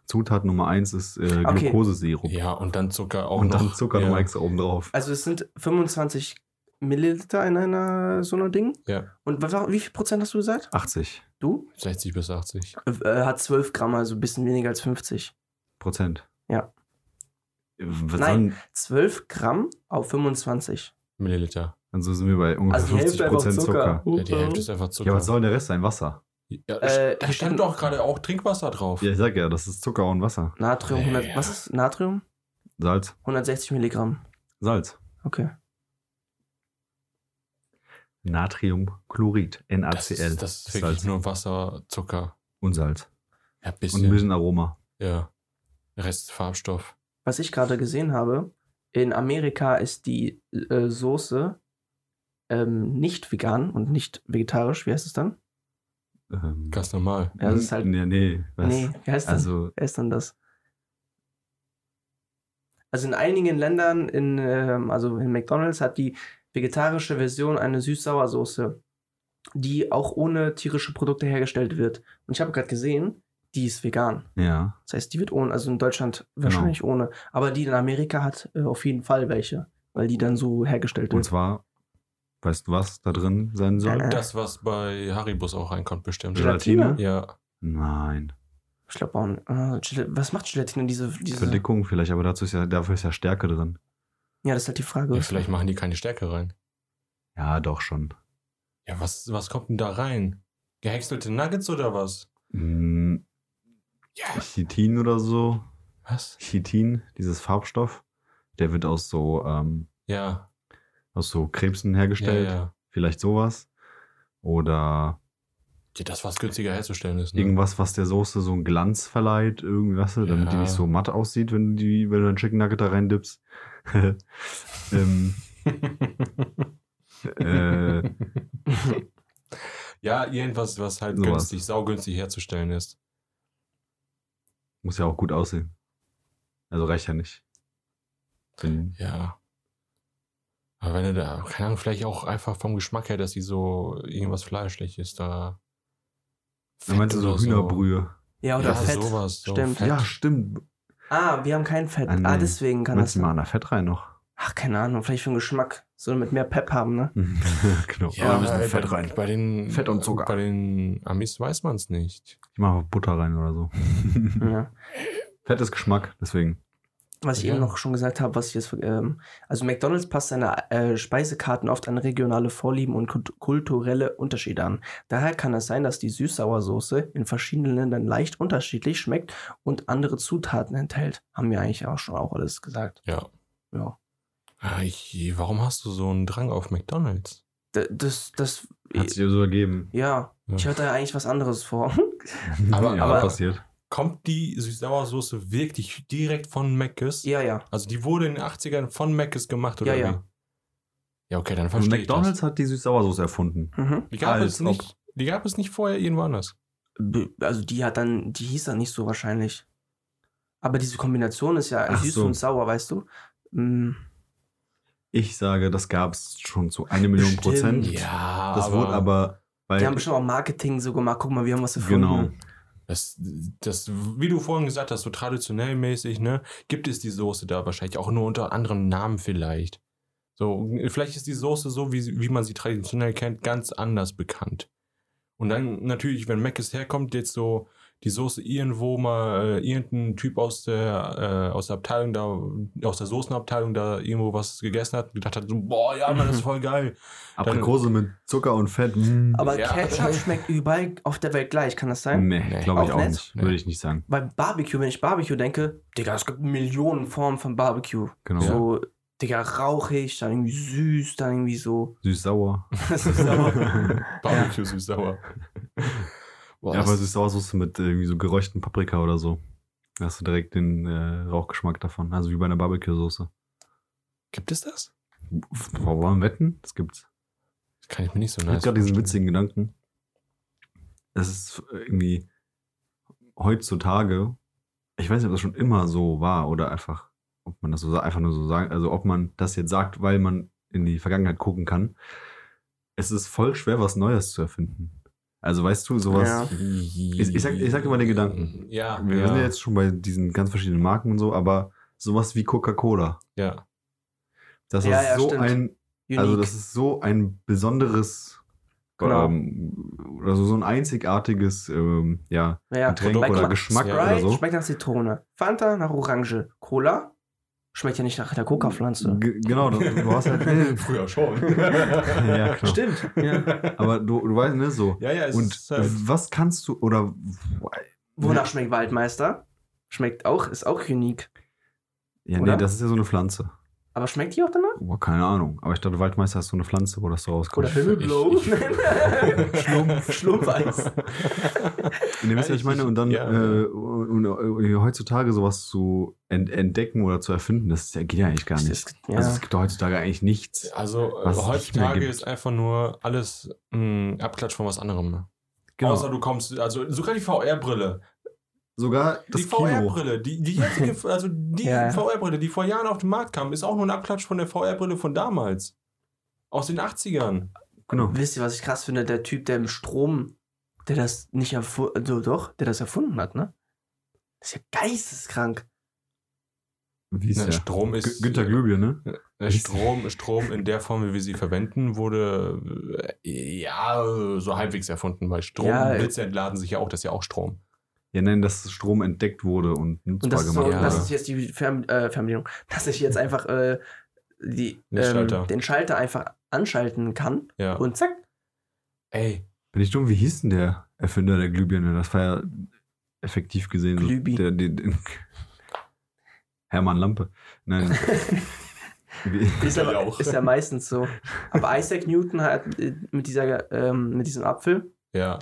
Zutat Nummer eins ist äh, Okay. Glukosesirup. Ja, und dann Zucker auch Und noch. dann Zucker ja. nochmal extra oben drauf. Also es sind 25 Milliliter in einer so einer Ding. Ja, Und was, wie viel Prozent hast du gesagt? 80 Du? 60 bis 80. Äh, hat 12 Gramm, also ein bisschen weniger als 50. Prozent. Ja. Was Nein. Dann, 12 Gramm auf 25. Milliliter. also sind wir bei ungefähr Also die 50 Hälfte einfach Prozent Zucker. Zucker. Ja, die Hälfte ist einfach Zucker. Ja, was soll denn der Rest sein? Wasser. Ja, Äh, da stand doch gerade auch Trinkwasser drauf. Ja, ich sag ja, das ist Zucker und Wasser. Natrium, 100, Nee. was ist Natrium? Salz. 160 Milligramm. Salz. Okay. Natriumchlorid. das, NaCl. ist, das ist wirklich Salz. nur Wasser, Zucker. Und Salz. Ja, halt Und bisschen. ein bisschen Aroma. ja. Der Rest ist Farbstoff. was ich gerade gesehen habe, in Amerika ist die äh, Soße ähm, nicht vegan und nicht vegetarisch. Wie heißt es dann? Ähm, Ganz normal. Ja, das ist halt- Hm, Nee, nee. Was? Nee, wie heißt das? Also, Wer ist denn das? Also in einigen Ländern, in, ähm, also in McDonalds, hat die vegetarische Version eine Süß-Sauersoße, die auch ohne tierische Produkte hergestellt wird. Und ich habe gerade gesehen, die ist vegan. ja. Das heißt, die wird ohne, also in Deutschland wahrscheinlich ohne. Aber die in Amerika hat äh, auf jeden Fall welche, weil die dann so hergestellt Und wird. zwar, weißt du, was da drin sein soll? Äh. Das, was bei Haribus auch reinkommt, bestimmt. Gelatine? Ja, Nein. Ich glaube auch nicht. Ah, Gelat- Was macht Gelatine diese, diese? Verdickung vielleicht, aber dazu ist ja, dafür ist ja Stärke drin. Ja, das ist halt die Frage. ja. Vielleicht machen die keine Stärke rein. Ja, doch schon. Ja, was, was kommt denn da rein? Gehäckselte Nuggets oder was? Hm, Ja. Chitin oder so. Was? Chitin, dieses Farbstoff, der wird aus so, ähm, Ja. aus so Krebsen Ja, hergestellt. ja. Vielleicht sowas. Oder ja. Das, was günstiger herzustellen ist. Ne? irgendwas, was der Soße so einen Glanz verleiht, irgendwas, damit die Ja. nicht so matt aussieht, wenn, du die, wenn du einen Chicken Nugget da reindippst. [laughs] [laughs] ähm, äh, ja, irgendwas, was halt Sowas. günstig, saugünstig herzustellen ist. Muss ja auch gut aussehen. Also reicht ja nicht. Wenn- Ja. Aber wenn du da, keine Ahnung, vielleicht auch einfach vom Geschmack her, dass die so irgendwas Fleischliches da. Dann meinst du Fett so oder Hühnerbrühe? ja, oder ja, Fett. sowas. So Stimmt. Fett. Ja, stimmt. Ah, wir haben kein Fett. Ah, Ah, nee. deswegen kann Meinst das. du mal an der Fett rein noch? Ach, keine Ahnung. Vielleicht für den Geschmack. So mit mehr Pep haben, ne? [laughs] genau. Ja, ein bisschen bei- Fett rein. Bei den, Fett und Zucker. Bei den Amis weiß man es nicht. Ich mache auch Butter rein oder so. Hm. Ja. Fett ist Geschmack, deswegen. Was ich Ja. eben noch schon gesagt habe, was ich jetzt. Ähm, also, McDonalds passt seine äh, Speisekarten oft an regionale Vorlieben und kult kulturelle Unterschiede an. Daher kann es sein, dass die Süßsauersoße in verschiedenen Ländern leicht unterschiedlich schmeckt und andere Zutaten enthält. Haben wir eigentlich auch schon auch alles gesagt. Ja. Ja. Ah, Ich, warum hast du so einen Drang auf McDonalds? D das, das. Hat sich so ergeben. Ja, Ja. ich hatte eigentlich was anderes vor. [laughs] Aber- ja, aber- passiert. Kommt die Süß-Sauersoße wirklich direkt von Mc's? ja, ja. Also die wurde in den 80ern von Mc's gemacht, oder Ja, wie? ja. Ja, okay, dann Und verstehe ich das. McDonalds hat die Süß-Sauersoße erfunden. Mhm. Die gab, Als es nicht, die gab es nicht vorher irgendwo anders. B- Also die hat dann, die hieß dann nicht so wahrscheinlich. Aber diese Kombination ist ja Ach süß so. und sauer, weißt du? Mm, Ich sage, das gab es schon zu eine Million Bestimmt. Prozent. Ja, Das wurde aber, weil Die haben bestimmt auch Marketing so gemacht. Guck mal, wir haben was gefunden. Genau. Das, das, wie du vorhin gesagt hast, so traditionell mäßig, ne, gibt es die Soße da wahrscheinlich auch nur unter anderem Namen vielleicht. So, vielleicht ist die Soße so, wie, sie- wie man sie traditionell kennt, ganz anders bekannt. Und dann natürlich, wenn Mc's herkommt, jetzt so die Soße irgendwo mal äh, irgendein Typ aus der äh, aus der Abteilung da aus der Soßenabteilung da irgendwo was gegessen hat, und gedacht hat so boah ja man das ist voll [laughs] geil. Aprikose mit Zucker und Fett. mm. Aber Ja. Ketchup schmeckt überall auf der Welt gleich, kann das sein? nee, Nee. glaube ich Auch auch nicht? nicht. Nee. Würde ich nicht sagen. Weil Barbecue, wenn ich Barbecue denke, Digga, es gibt Millionen Formen von Barbecue. Genau. So, Digga, rauchig, dann irgendwie süß, dann irgendwie so. [laughs] Süß-sauer. Das [laughs] ist [laughs] aber- Barbecue süß sauer. Boah, Ja, aber das- Süß-Sauer-Soße mit irgendwie so geräuchten Paprika oder so. Da hast du direkt den äh, Rauchgeschmack davon. Also wie bei einer Barbecue-Soße. gibt es das? Wollen wir wetten? Das gibt's. Das kann ich mir nicht so Ich hatte nice. gerade diesen vorstellen. witzigen Gedanken. Es ist irgendwie heutzutage, ich weiß nicht, ob das schon immer so war oder einfach, ob man das so sa- einfach nur so sagt, also ob man das jetzt sagt, weil man in die Vergangenheit gucken kann. Es ist voll schwer, was Neues zu erfinden. Also weißt du, sowas. Ja. Ich- ich sag- ich sag immer den Gedanken. Ja, Wir ja, sind ja jetzt schon bei diesen ganz verschiedenen Marken und so, aber sowas wie Coca-Cola. ja. Das Ja, ist ja, so stimmt. ein unique. also das ist so ein besonderes Genau. ähm, oder so, so ein einzigartiges ähm, ja, ja. Getränk Bei oder Qua- Geschmack Sprite oder Sprite so. schmeckt nach Zitrone. Fanta nach Orange. Cola schmeckt ja nicht nach der Coca-Pflanze. G- Genau, du, du hast halt. [laughs] [laughs] Früher schon. ja, klar. Stimmt. Ja. Aber du, du weißt, ne, so. Ja, ja, es Und ist halt, was kannst du, oder Wonach schmeckt Waldmeister? Schmeckt auch, ist auch unique. ja, Oder? nee, das ist ja so eine Pflanze. Aber schmeckt die auch danach? Boah, keine Ahnung. Aber ich dachte, Waldmeister ist so eine Pflanze, wo das so rauskommt. Oder Himmelblau? ich- [laughs] ich- [laughs] Schlumpf, Schlumpfeis. Ne, wisst ihr, was ich meine? Und dann Ja. äh, und, und, äh, heutzutage sowas zu ent entdecken oder zu erfinden, das ist ja- geht ja eigentlich gar nicht. Das- Ja. Also es gibt heutzutage eigentlich nichts. Also äh, Was es nicht mehr heutzutage gibt. ist einfach nur alles ein Abklatsch von was anderem. ne? Genau. Außer du kommst, also sogar die VR-Brille. Sogar Die das Kino. VR-Brille, die, die jetzige, [laughs] also die Ja, ja. VR-Brille, die vor Jahren auf den Markt kam, ist auch nur ein Abklatsch von der VR-Brille von damals. Aus den 80ern. Genau. Wisst ihr, was ich krass finde? Der Typ, der im Strom, der das nicht erfunden, also doch, der das erfunden hat, ne? Das ist ja geisteskrank. Wie ist Na, der? Strom G- ist. Günter Glöbio, ne? Äh, Strom, Strom in der Form, wie wir sie verwenden, wurde äh, ja so halbwegs erfunden, weil Strom, äh, Ja, Blitze entladen sich ja auch, das ist ja auch Strom. Ja, nein, dass Strom entdeckt wurde und Und nutzbar das ist, so, gemacht ja. das wurde. ist jetzt die Fern, äh, Fernbedienung, [laughs] dass ich jetzt einfach äh, die, Den ähm, Schalter. den Schalter einfach anschalten kann Ja. und zack. Ey, Bin ich dumm, wie hieß denn der Erfinder der Glühbirne? Das war ja effektiv gesehen so Glühbi. der, der, der [laughs] Hermann Lampe. [laughs] Nein. Wie- Ist Ja, ja, auch. ist ja meistens [laughs] so. Aber Isaac Newton hat äh, mit, dieser, ähm, mit diesem Apfel, ja,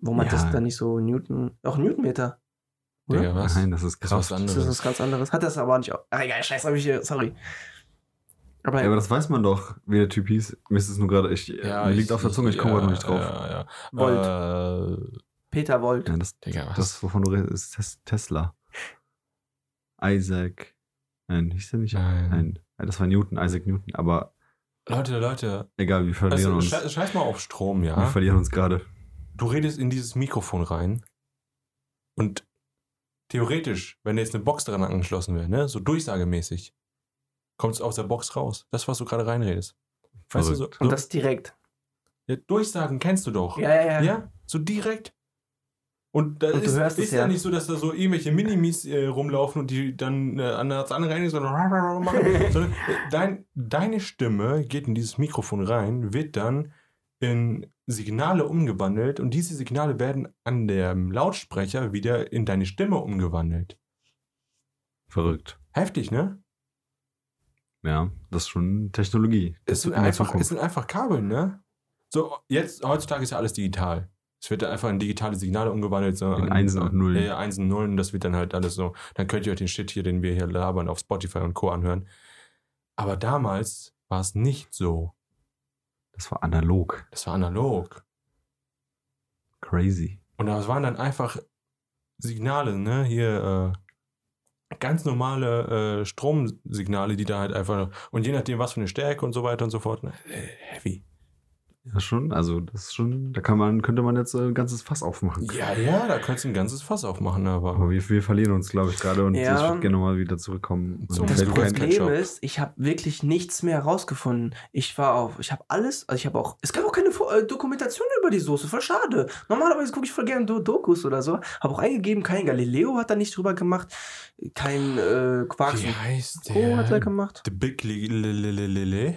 wo man Ja. das dann nicht so Newton, auch Newtonmeter. Oder? Digga, was? Nein, das ist Das ist krass. was Das ist anderes. was ganz anderes. Hat das aber nicht auch. Ach, egal, scheiß, hab ich hier, sorry. Aber, Ja, aber das weiß man doch, wie der Typ hieß. Mir ist es nur gerade, ich, mir liegt ich- auf der Zunge, ich komme ja, gerade noch nicht drauf. Ja, Ja, ja. Volt. Äh, Peter Volt. das, Digga, was? das, wovon du redest, ist Tes- Tesla. Isaac. Nein, hieß der nicht? Nein. Nein. Ja, Das war Newton, Isaac Newton, aber Leute, Leute, egal, wir verlieren also, uns. Hm? scheiß, scheiß mal auf Strom, Wir ja. verlieren uns gerade. Du redest in dieses Mikrofon rein und theoretisch, wenn jetzt eine Box daran angeschlossen wäre, ne, so durchsagemäßig, kommt es aus der Box raus. Das, was du gerade reinredest. Weißt du, so, Und so das direkt. ja, Durchsagen kennst du doch. Ja, ja, ja. Ja, so direkt. Und da Und du ist, hörst es ist ja ja. nicht so, dass da so irgendwelche Minimis äh, rumlaufen und die dann äh, an das andere rein sondern machen. [laughs] sondern äh, dein, deine Stimme geht in dieses Mikrofon rein, wird dann in Signale umgewandelt und diese Signale werden an dem Lautsprecher wieder in deine Stimme umgewandelt. Verrückt. Heftig, ne? Ja, das ist schon Technologie. Das Es sind, wird in der einfach, Zukunft. es sind einfach Kabel, ne? So, jetzt, heutzutage ist ja alles digital. Es wird dann einfach in digitale Signale umgewandelt. So In Einsen und Nullen. Ja, ja, Einsen und Nullen, das wird dann halt alles so. Dann könnt ihr euch den Shit hier, den wir hier labern, auf Spotify und Co. anhören. Aber damals war es nicht so. das war analog. Das war analog. Crazy. Und das waren dann einfach Signale, ne? Hier äh, ganz normale äh, Stromsignale, die da halt einfach. Und je nachdem, was für eine Stärke und so weiter und so fort. Ne? äh, Heavy. Ja, schon. Also, das ist schon, da kann man, könnte man jetzt äh, ein ganzes Fass aufmachen. Ja, ja, da könntest du ein ganzes Fass aufmachen, Aber aber. wir, wir verlieren uns, glaube ich, gerade und Ja. ich würde gerne mal wieder zurückkommen. So, Mir Das fällt Lukas kein- Problem Ketchup. ist, ich habe wirklich nichts mehr rausgefunden. Ich war auf, ich habe alles, also ich habe auch, es gab auch keine Fo- äh, Dokumentation über die Soße, voll schade. Normalerweise gucke ich voll gerne Do Dokus oder so, habe auch eingegeben, kein Galileo hat da nicht drüber gemacht, kein äh, Quarks Wie und heißt Co. Oh, hat er der? gemacht. The Big Lelelelele?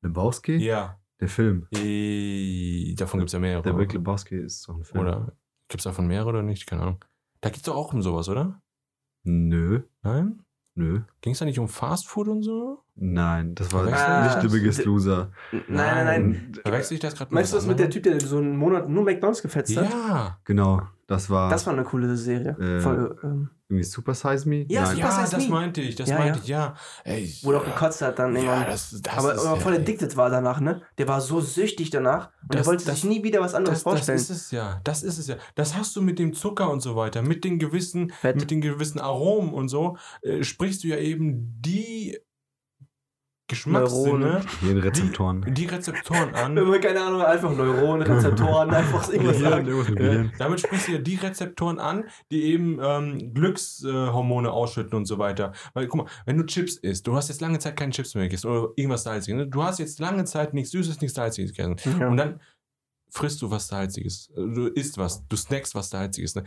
Lebowski? Ja. Der Film. Äh, Davon gibt es ja mehrere. Der Big Lebowski ist doch ein Film. Oder gibt es davon mehrere oder nicht? Keine Ahnung. Da geht es doch auch um sowas, oder? Nö, Nein? nö. Ging es da nicht um Fast Food und so? Nein, das war Verwechseln nicht das? The Biggest Ah, D- Loser. N- Nein, nein, nein. Verwechsel ich das gerade Meinst du das mit der Typ, der so einen Monat nur McDonalds gefetzt hat? Ja. Genau, das war, Das war eine coole Serie. Äh, voll, ähm, irgendwie Super Size Me. Ja, Nein, Super- Ja, Size das Me. meinte ich, das Ja, meinte ja. ich, ja. Ey, wo der auch gekotzt hat dann Ja, irgendwann. das, das aber ist aber voll der- addicted war danach, ne? Der war so süchtig danach und Das- der wollte das- sich nie wieder was anderes Das, das vorstellen. ist es ja, das ist es ja. Das hast du mit dem Zucker und so weiter, mit den gewissen, Fett. mit den gewissen Aromen und so, äh, sprichst du ja eben die Geschmackssinne, Neuronen. hier in Rezeptoren. die Rezeptoren [laughs] an. Wenn man keine Ahnung, einfach Neuronen, [laughs] Rezeptoren, einfach [laughs] irgendwas Gehirn, sagen. irgendwas mit Äh, Gehirn. damit sprichst du ja die Rezeptoren an, die eben ähm, Glückshormone äh, Hormone ausschütten und so weiter. Weil, guck mal, wenn du Chips isst, du hast jetzt lange Zeit keine Chips mehr gegessen oder irgendwas Salziges. Ne? Du hast jetzt lange Zeit nichts Süßes, nichts Salziges gegessen. Ja. Und dann frisst du was Salziges. Du isst was, du snackst was Salziges. Ne?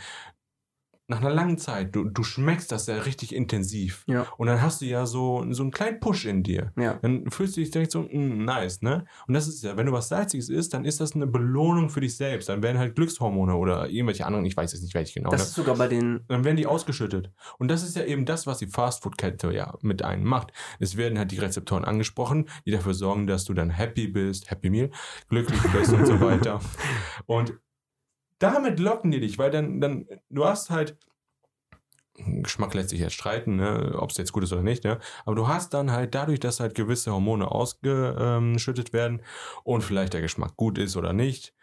Nach einer langen Zeit, du, du schmeckst das ja richtig intensiv. Ja. Und dann hast du ja so, so einen kleinen Push in dir. ja. Dann fühlst du dich direkt so, mm, nice, ne? Und das ist ja, wenn du was Salziges isst, dann ist das eine Belohnung für dich selbst. Dann werden halt Glückshormone oder irgendwelche anderen, ich weiß jetzt nicht welche genau. Das Ne? ist sogar bei den. Dann werden die ausgeschüttet. Und das ist ja eben das, was die Fastfood-Kette ja mit einem macht. Es werden halt die Rezeptoren angesprochen, die dafür sorgen, dass du dann happy bist, happy meal, glücklich bist [laughs] und so weiter. Und damit locken die dich, weil dann, dann du hast halt, Geschmack lässt sich jetzt streiten, ne, ob es jetzt gut ist oder nicht, ne? aber du hast dann halt dadurch, dass halt gewisse Hormone ausgeschüttet werden und vielleicht der Geschmack gut ist oder nicht,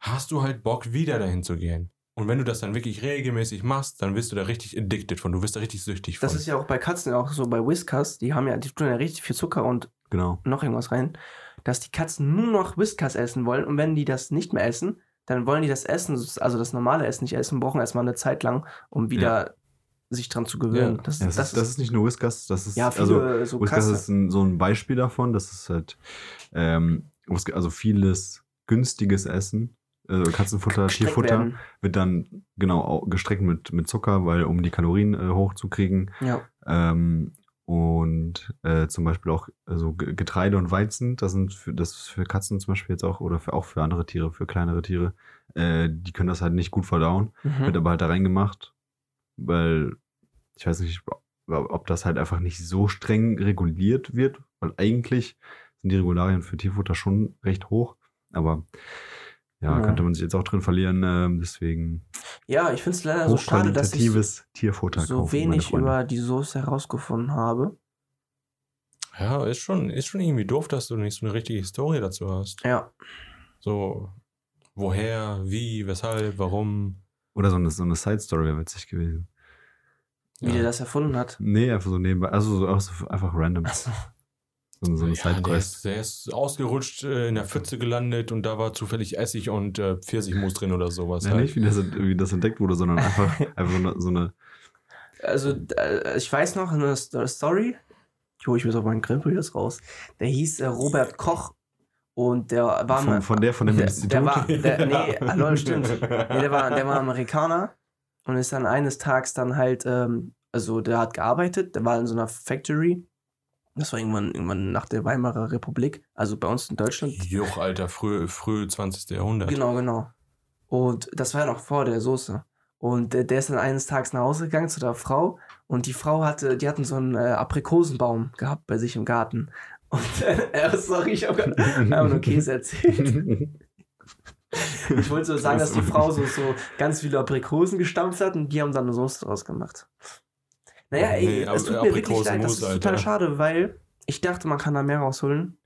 hast du halt Bock, wieder dahin zu gehen. Und wenn du das dann wirklich regelmäßig machst, dann wirst du da richtig addicted von, du wirst da richtig süchtig von. Das ist ja auch bei Katzen auch so, bei Whiskas, die haben ja, die tun ja richtig viel Zucker und Genau. noch irgendwas rein, dass die Katzen nur noch Whiskas essen wollen und wenn die das nicht mehr essen, dann wollen die das Essen, also das normale Essen nicht essen, brauchen erstmal eine Zeit lang, um wieder sich dran zu gewöhnen. Ja. Das, Ja, das, ist, das ist nicht nur Whiskas, das ist ja also viele äh, so Whiskas krasse. ist ein, so ein Beispiel davon, dass es halt ähm, Whisk- also vieles günstiges Essen, also Katzenfutter, gestreckt Tierfutter, werden. wird dann genau au- gestreckt mit, mit Zucker, weil um die Kalorien äh, hochzukriegen. Ja. Ähm, und äh, zum Beispiel auch also Getreide und Weizen, das sind für, das ist für Katzen zum Beispiel jetzt auch oder für, auch für andere Tiere, für kleinere Tiere, äh, die können das halt nicht gut verdauen wird Mhm. aber halt da reingemacht, weil ich weiß nicht, ob ob das halt einfach nicht so streng reguliert wird, weil eigentlich sind die Regularien für Tierfutter schon recht hoch, aber ja, Ja. könnte man sich jetzt auch drin verlieren, ähm, deswegen ja, ich finde es leider so schade, Also dass ich hochqualitatives Tierfutter so kaufen, meine wenig Freunde. über die Soße herausgefunden habe. ja, ist schon, ist schon irgendwie doof, dass du nicht so eine richtige Historie dazu hast. Ja. So, woher, wie, weshalb, warum. Oder so eine, so eine Side-Story wäre witzig gewesen. wie der das erfunden hat. Also, Nee, einfach so nebenbei, also so, auch so einfach random. Achso. So, so eine ja, der, Side-Quest. ist, der ist ausgerutscht, äh, in der Pfütze gelandet und da war zufällig Essig und äh, Pfirsichmus drin oder sowas. Ja, halt. nicht, wie das, wie das entdeckt wurde, sondern einfach, einfach so eine, so eine Also, äh, ich weiß noch eine Sto- Story, die hole ich mir so meinen Krempel jetzt raus. Der hieß äh, Robert Koch und der war von, mal- von der von dem [laughs] der, Institut. der war, der, nee, ah, lol, stimmt. Nee, der, war, der war Amerikaner und ist dann eines Tages dann halt, ähm, also der hat gearbeitet, der war in so einer Factory. Das war irgendwann, irgendwann nach der Weimarer Republik, also bei uns in Deutschland. Juch, Alter, früh, früh 20. Jahrhundert. Genau, genau. Und das war ja noch vor der Soße. Und äh, der ist dann eines Tages nach Hause gegangen zu der Frau und die Frau hatte, die hatten so einen äh, Aprikosenbaum gehabt bei sich im Garten. Und [laughs] äh, äh, sorry, ich Ah, habe [laughs] gerade einfach nur Käse erzählt. Ich wollte so sagen, dass die Frau so, so ganz viele Aprikosen gestampft hat und die haben dann eine Soße draus gemacht. Naja, ey, Nee, es tut Ap- mir wirklich leid, das Aprikosenmus, ist total Alter. schade, weil ich dachte, man kann da mehr rausholen.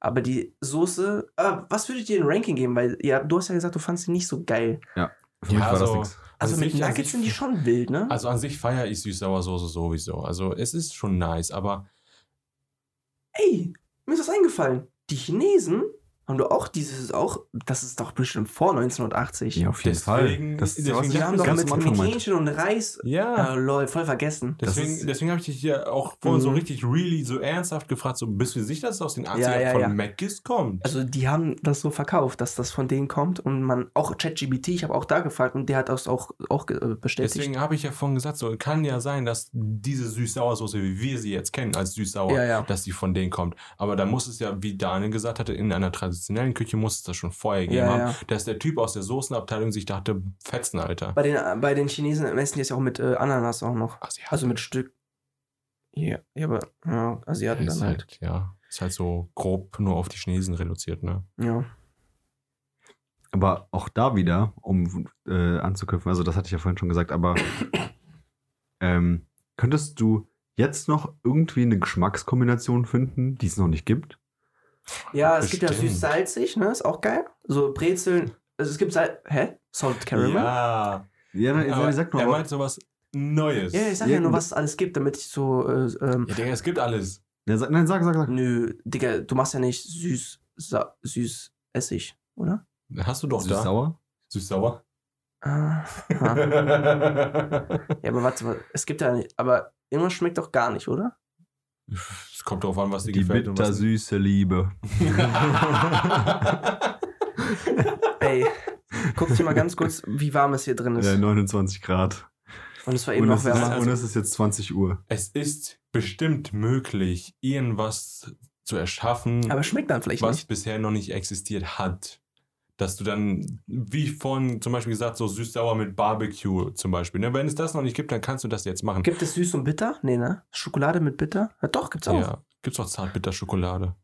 Aber die Soße, äh, was würdet ihr ein Ranking geben? Weil ja, du hast ja gesagt, du fandst sie nicht so geil. Für mich Ja, war das so- nichts. Also An mit sich- an Nuggets sich- sind die schon wild, ne? Also an sich feiere ich Süß-Sauersoße sowieso. Also es ist schon nice, aber ey, mir ist was eingefallen. Die Chinesen haben du auch dieses auch, das ist doch bestimmt vor 1980. Ja, auf jeden Deswegen- Fall. Das ist deswegen- was Die ich haben ganz doch am mit, Anfang mit meinte. Hähnchen und Reis. Ja. Ah, lol, voll vergessen. Das Deswegen, ist- deswegen habe ich dich ja auch vorhin so Mhm. richtig, really, so ernsthaft gefragt, so bist du sicher, dass es aus den 80ern ja, von ja. Macis kommt? Also die haben das so verkauft, dass das von denen kommt und man auch ChatGBT, ich habe auch da gefragt und der hat das auch, auch ge- äh, bestätigt. deswegen habe ich ja vorhin gesagt, so kann ja sein, dass diese Süß-Sauer-Soße, wie wir sie jetzt kennen, als Süß-Sauer, Ja, ja. dass die von denen kommt. Aber da muss es ja, wie Daniel gesagt hatte, in einer traditionellen Küche muss es das schon vorher gegeben ne? Ja, haben, ja. dass der Typ aus der Soßenabteilung sich dachte, fetzen, Alter. Bei den, äh, bei den Chinesen essen die es ja auch mit äh, Ananas auch noch. Also, ja, Also mit Stück. Ja, ja aber ja, Asiaten ist dann halt. halt, ja, ist halt so grob nur auf die Chinesen reduziert, ne? halt. Ja. Aber auch da wieder, um äh, anzuknüpfen, also das hatte ich ja vorhin schon gesagt, aber ähm, könntest du jetzt noch irgendwie eine Geschmackskombination finden, die es noch nicht gibt? ja, es gibt ja Bestimmt. süß-salzig, ne? Ist auch geil. So Brezeln. Also es gibt Salz. Hä? Salt Caramel? Ja. Ja, nein, Aber ich sag nur, er aber- meint sowas Neues. Ja, ich sag ja nur, Irgend- was es alles gibt, damit ich so. Äh, ähm, Ja, Digga, es gibt alles. ja, sag, nein, sag, sag, sag. Nö, Digga, du machst ja nicht süß, sa- süß Essig, oder? Hast du doch da. Süß-sauer? [laughs] Süß-sauer. Ah, ja. es ja, aber warte, warte, es gibt ja nicht. Aber irgendwas schmeckt doch gar nicht, oder? kommt drauf an, was dir Die gefällt und was bittersüße Liebe. Ey, guck dir mal ganz kurz, wie warm es hier drin ist. Ja, 29 Grad. Und es war eben Und noch es, ist, also wärmer. und es ist jetzt 20 Uhr. es ist bestimmt möglich, irgendwas zu erschaffen, Aber schmeckt dann vielleicht was nicht. bisher noch nicht existiert hat. Dass du dann, wie vorhin zum Beispiel gesagt, so süß-sauer mit Barbecue zum Beispiel. Ne? Wenn es das noch nicht gibt, dann kannst du das jetzt machen. Gibt es süß und bitter? Nee, ne? Schokolade mit bitter? Ja, doch, gibt's auch. Ja, ja, gibt's doch Zartbitterschokolade. Das,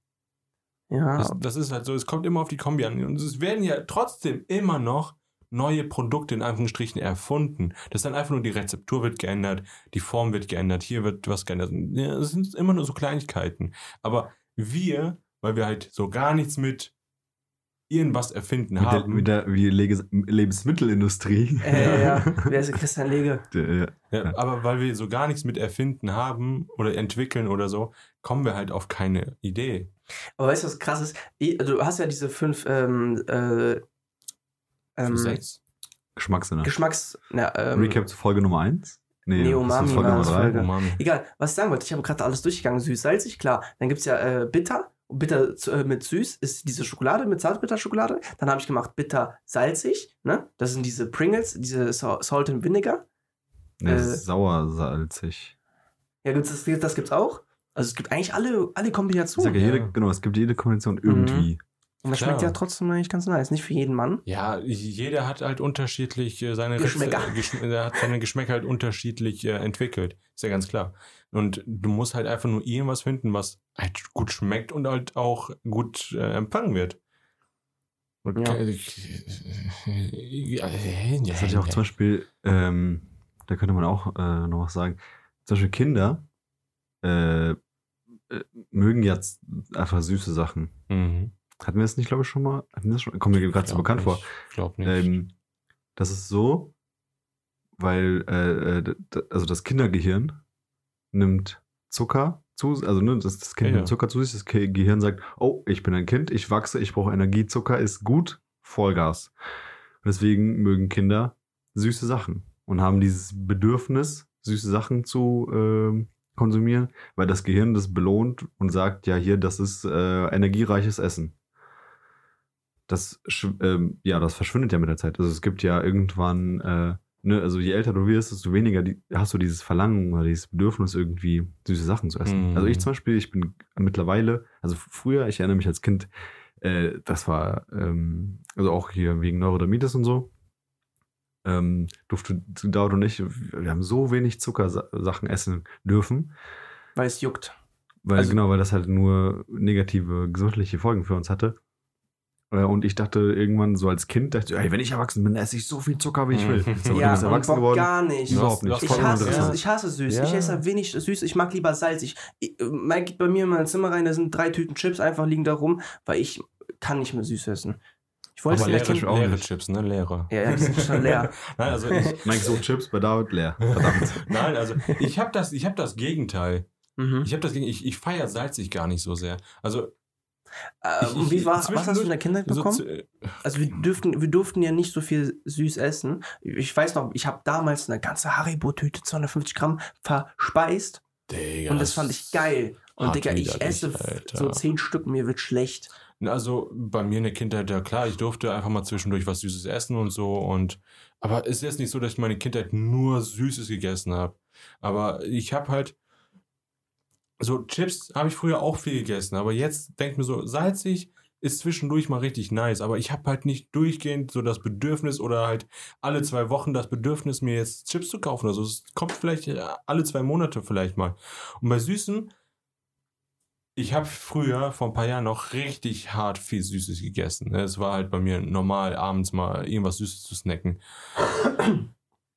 Ah, ja, das ist halt so, es kommt immer auf die Kombi an. Und es werden ja trotzdem immer noch neue Produkte in Anführungsstrichen erfunden. Das ist dann einfach nur die Rezeptur wird geändert, die Form wird geändert, hier wird was geändert. Ja, Es sind immer nur so Kleinigkeiten. Aber wir, weil wir halt so gar nichts mit irgendwas erfinden Mit der, haben. mit der wie Leges- Lebensmittelindustrie. ja, ja, ja. Wer ist der Christian Lege? Der, äh, Ja, aber weil wir so gar nichts mit erfinden haben oder entwickeln oder so, kommen wir halt auf keine Idee. Aber weißt du, was krass ist? Ich- Du hast ja diese fünf ähm, äh, ähm, Sechs. Geschmackssinne. Geschmacks... Na, ähm, Recap zu Folge Nummer 1. Nee, das ist Umami Folge war Nummer das 3. Folge. Umami. Egal, was ich sagen wollte, ich habe gerade alles durchgegangen. Süß, salzig, klar. Dann gibt es ja äh, bitter. Und bitter zu- äh, mit süß ist diese Schokolade, mit Zartbitterschokolade. Dann habe ich gemacht bitter, salzig. Ne? Das sind diese Pringles, diese Sa- Salt and Vinegar. Nee, das Äh, ist sauersalzig. Ja, gibt's das, das gibt's auch. Also es gibt eigentlich alle, alle Ich Kombinationen. sag ja, ja. jede, genau, es gibt jede Kombination irgendwie. Mhm. Und das Klar. schmeckt ja trotzdem eigentlich ganz nice. Nicht für jeden Mann. Ja, jeder hat halt unterschiedlich äh, seine Geschmäcker. Rechte- Geschm er hat seine Geschmäcker halt unterschiedlich äh, entwickelt. Ist ja ganz klar. Und du musst halt einfach nur irgendwas finden, was halt gut schmeckt und halt auch gut äh, empfangen wird. Und Ja. ke- ja. Das hat ja auch zum Beispiel, ähm, da könnte man auch äh, noch was sagen. Zum Beispiel Kinder äh, äh, mögen jetzt einfach süße Sachen. Mhm. Hatten wir das nicht, glaube ich, schon mal? Hatten wir das schon? Kommt mir gerade so Glaub bekannt nicht. vor. Glaub nicht. Ähm, das ist so, weil äh, äh, d- d- also das Kindergehirn nimmt Zucker zu, also ne, das, das Kind Ja, ja. nimmt Zucker zu sich, das Ke- Gehirn sagt, oh, ich bin ein Kind, ich wachse, ich brauche Energie, Zucker ist gut, Vollgas. Und deswegen mögen Kinder süße Sachen und haben dieses Bedürfnis, süße Sachen zu ähm, konsumieren, weil das Gehirn das belohnt und sagt, ja, hier, das ist äh, energiereiches Essen das, sch- ähm, ja, das verschwindet ja mit der Zeit. Also es gibt ja irgendwann, äh, ne, also je älter du wirst, desto weniger die, hast du dieses Verlangen oder dieses Bedürfnis, irgendwie süße Sachen zu essen. Mhm. Also ich zum Beispiel, ich bin mittlerweile, also f- früher, ich erinnere mich als Kind, äh, das war, ähm, also auch hier wegen Neurodermitis und so, ähm, durfte Dauer und ich, wir haben so wenig Zuckersachen essen dürfen. Weil es juckt. Weil, Also- genau, weil das halt nur negative gesundheitliche Folgen für uns hatte. Äh, Und ich dachte irgendwann so als Kind, dachte ich, ey, wenn ich erwachsen bin, esse ich so viel Zucker, wie ich will. So, Aber du ja, bist und erwachsen Bock geworden. gar nicht. Ja, Mhm. Überhaupt nicht. das Ich Voll hasse, es, uninteressant. ich hasse süß. Ja. Ich esse wenig süß. Ich mag lieber salzig. Ich, Mike geht bei mir in mein Zimmer rein, da sind drei Tüten Chips einfach liegen da rum, weil ich kann nicht mehr süß essen. Ich wollte Aber es das leere, vielleicht Kind auch leere nicht. Chips, ne? Leere. Ja, ja, die sind schon leer. [laughs] Nein, also ich, Mike so Chips bei David leer. Verdammt. nein, also ich habe das, ich hab das Gegenteil. Mhm. Ich habe das Ding, ich, ich feiere salzig gar nicht so sehr. Also Äh, und wie war, was hast du in der Kindheit So bekommen? zu- äh, Also wir dürften, wir durften ja nicht so viel süß essen. Ich weiß noch, ich habe damals eine ganze Haribo-Tüte, 250 Gramm, verspeist Digga, und das fand ich geil. Und hart Digga, ich widerlich, esse Alter. so zehn Stück, mir wird schlecht. Also bei mir in der Kindheit, ja klar, ich durfte einfach mal zwischendurch was Süßes essen und so. Und aber es ist jetzt nicht so, dass ich meine Kindheit nur Süßes gegessen habe. Aber ich habe halt so Chips habe ich früher auch viel gegessen. Aber jetzt denke ich mir so, salzig ist zwischendurch mal richtig nice. Aber ich habe halt nicht durchgehend so das Bedürfnis oder halt Mhm. alle zwei Wochen das Bedürfnis, mir jetzt Chips zu kaufen. Also es kommt vielleicht äh, alle zwei Monate vielleicht mal. Und bei Süßen ich habe früher, vor ein paar Jahren, noch richtig hart viel Süßes gegessen. ne? Es war halt bei mir normal, abends mal irgendwas Süßes zu snacken.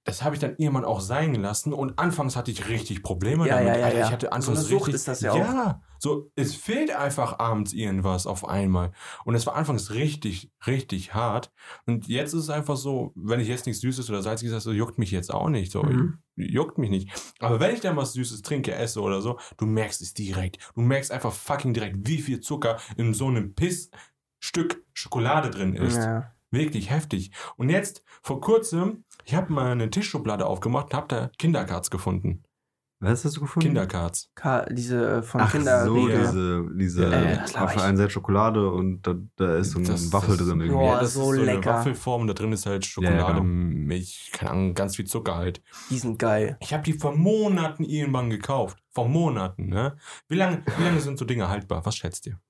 Das habe ich dann irgendwann auch sein gelassen und anfangs hatte ich richtig Probleme Ja, damit. ja, ja, Alter, ja. Ich hatte So anfangs eine Sucht richtig, ist das ja auch. Ja, so, es fehlt einfach abends irgendwas auf einmal. Und es war anfangs richtig, richtig hart. Und jetzt ist es einfach so, wenn ich jetzt nichts Süßes oder Salziges esse, juckt mich jetzt auch nicht. So, Mhm. juckt mich nicht. Aber wenn ich dann was Süßes trinke, esse oder so, du merkst es direkt. Du merkst einfach fucking direkt, wie viel Zucker in so einem Pissstück Schokolade drin ist. Ja. Wirklich heftig. Und jetzt, vor kurzem, ich habe mal eine Tischschublade aufgemacht und habe da Kindercards gefunden. Was hast du Mhm. gefunden? Kindercards. Ka- Diese äh, von Ach so, Kinderriegel. diese, diese Äh, das laber auf ich. der einen Seite Schokolade und da, da ist so eine Das Waffel ist- drin irgendwie. Boah, Ja, das so ist so lecker. eine Waffelform und da drin ist halt ja, Schokolade, genau. Milch, keine Ahnung, ganz viel Zucker halt. Die sind geil. Ich habe die vor Monaten irgendwann gekauft. Vor Monaten, ne? Wie lange, wie lange sind so Dinge haltbar? Was schätzt ihr?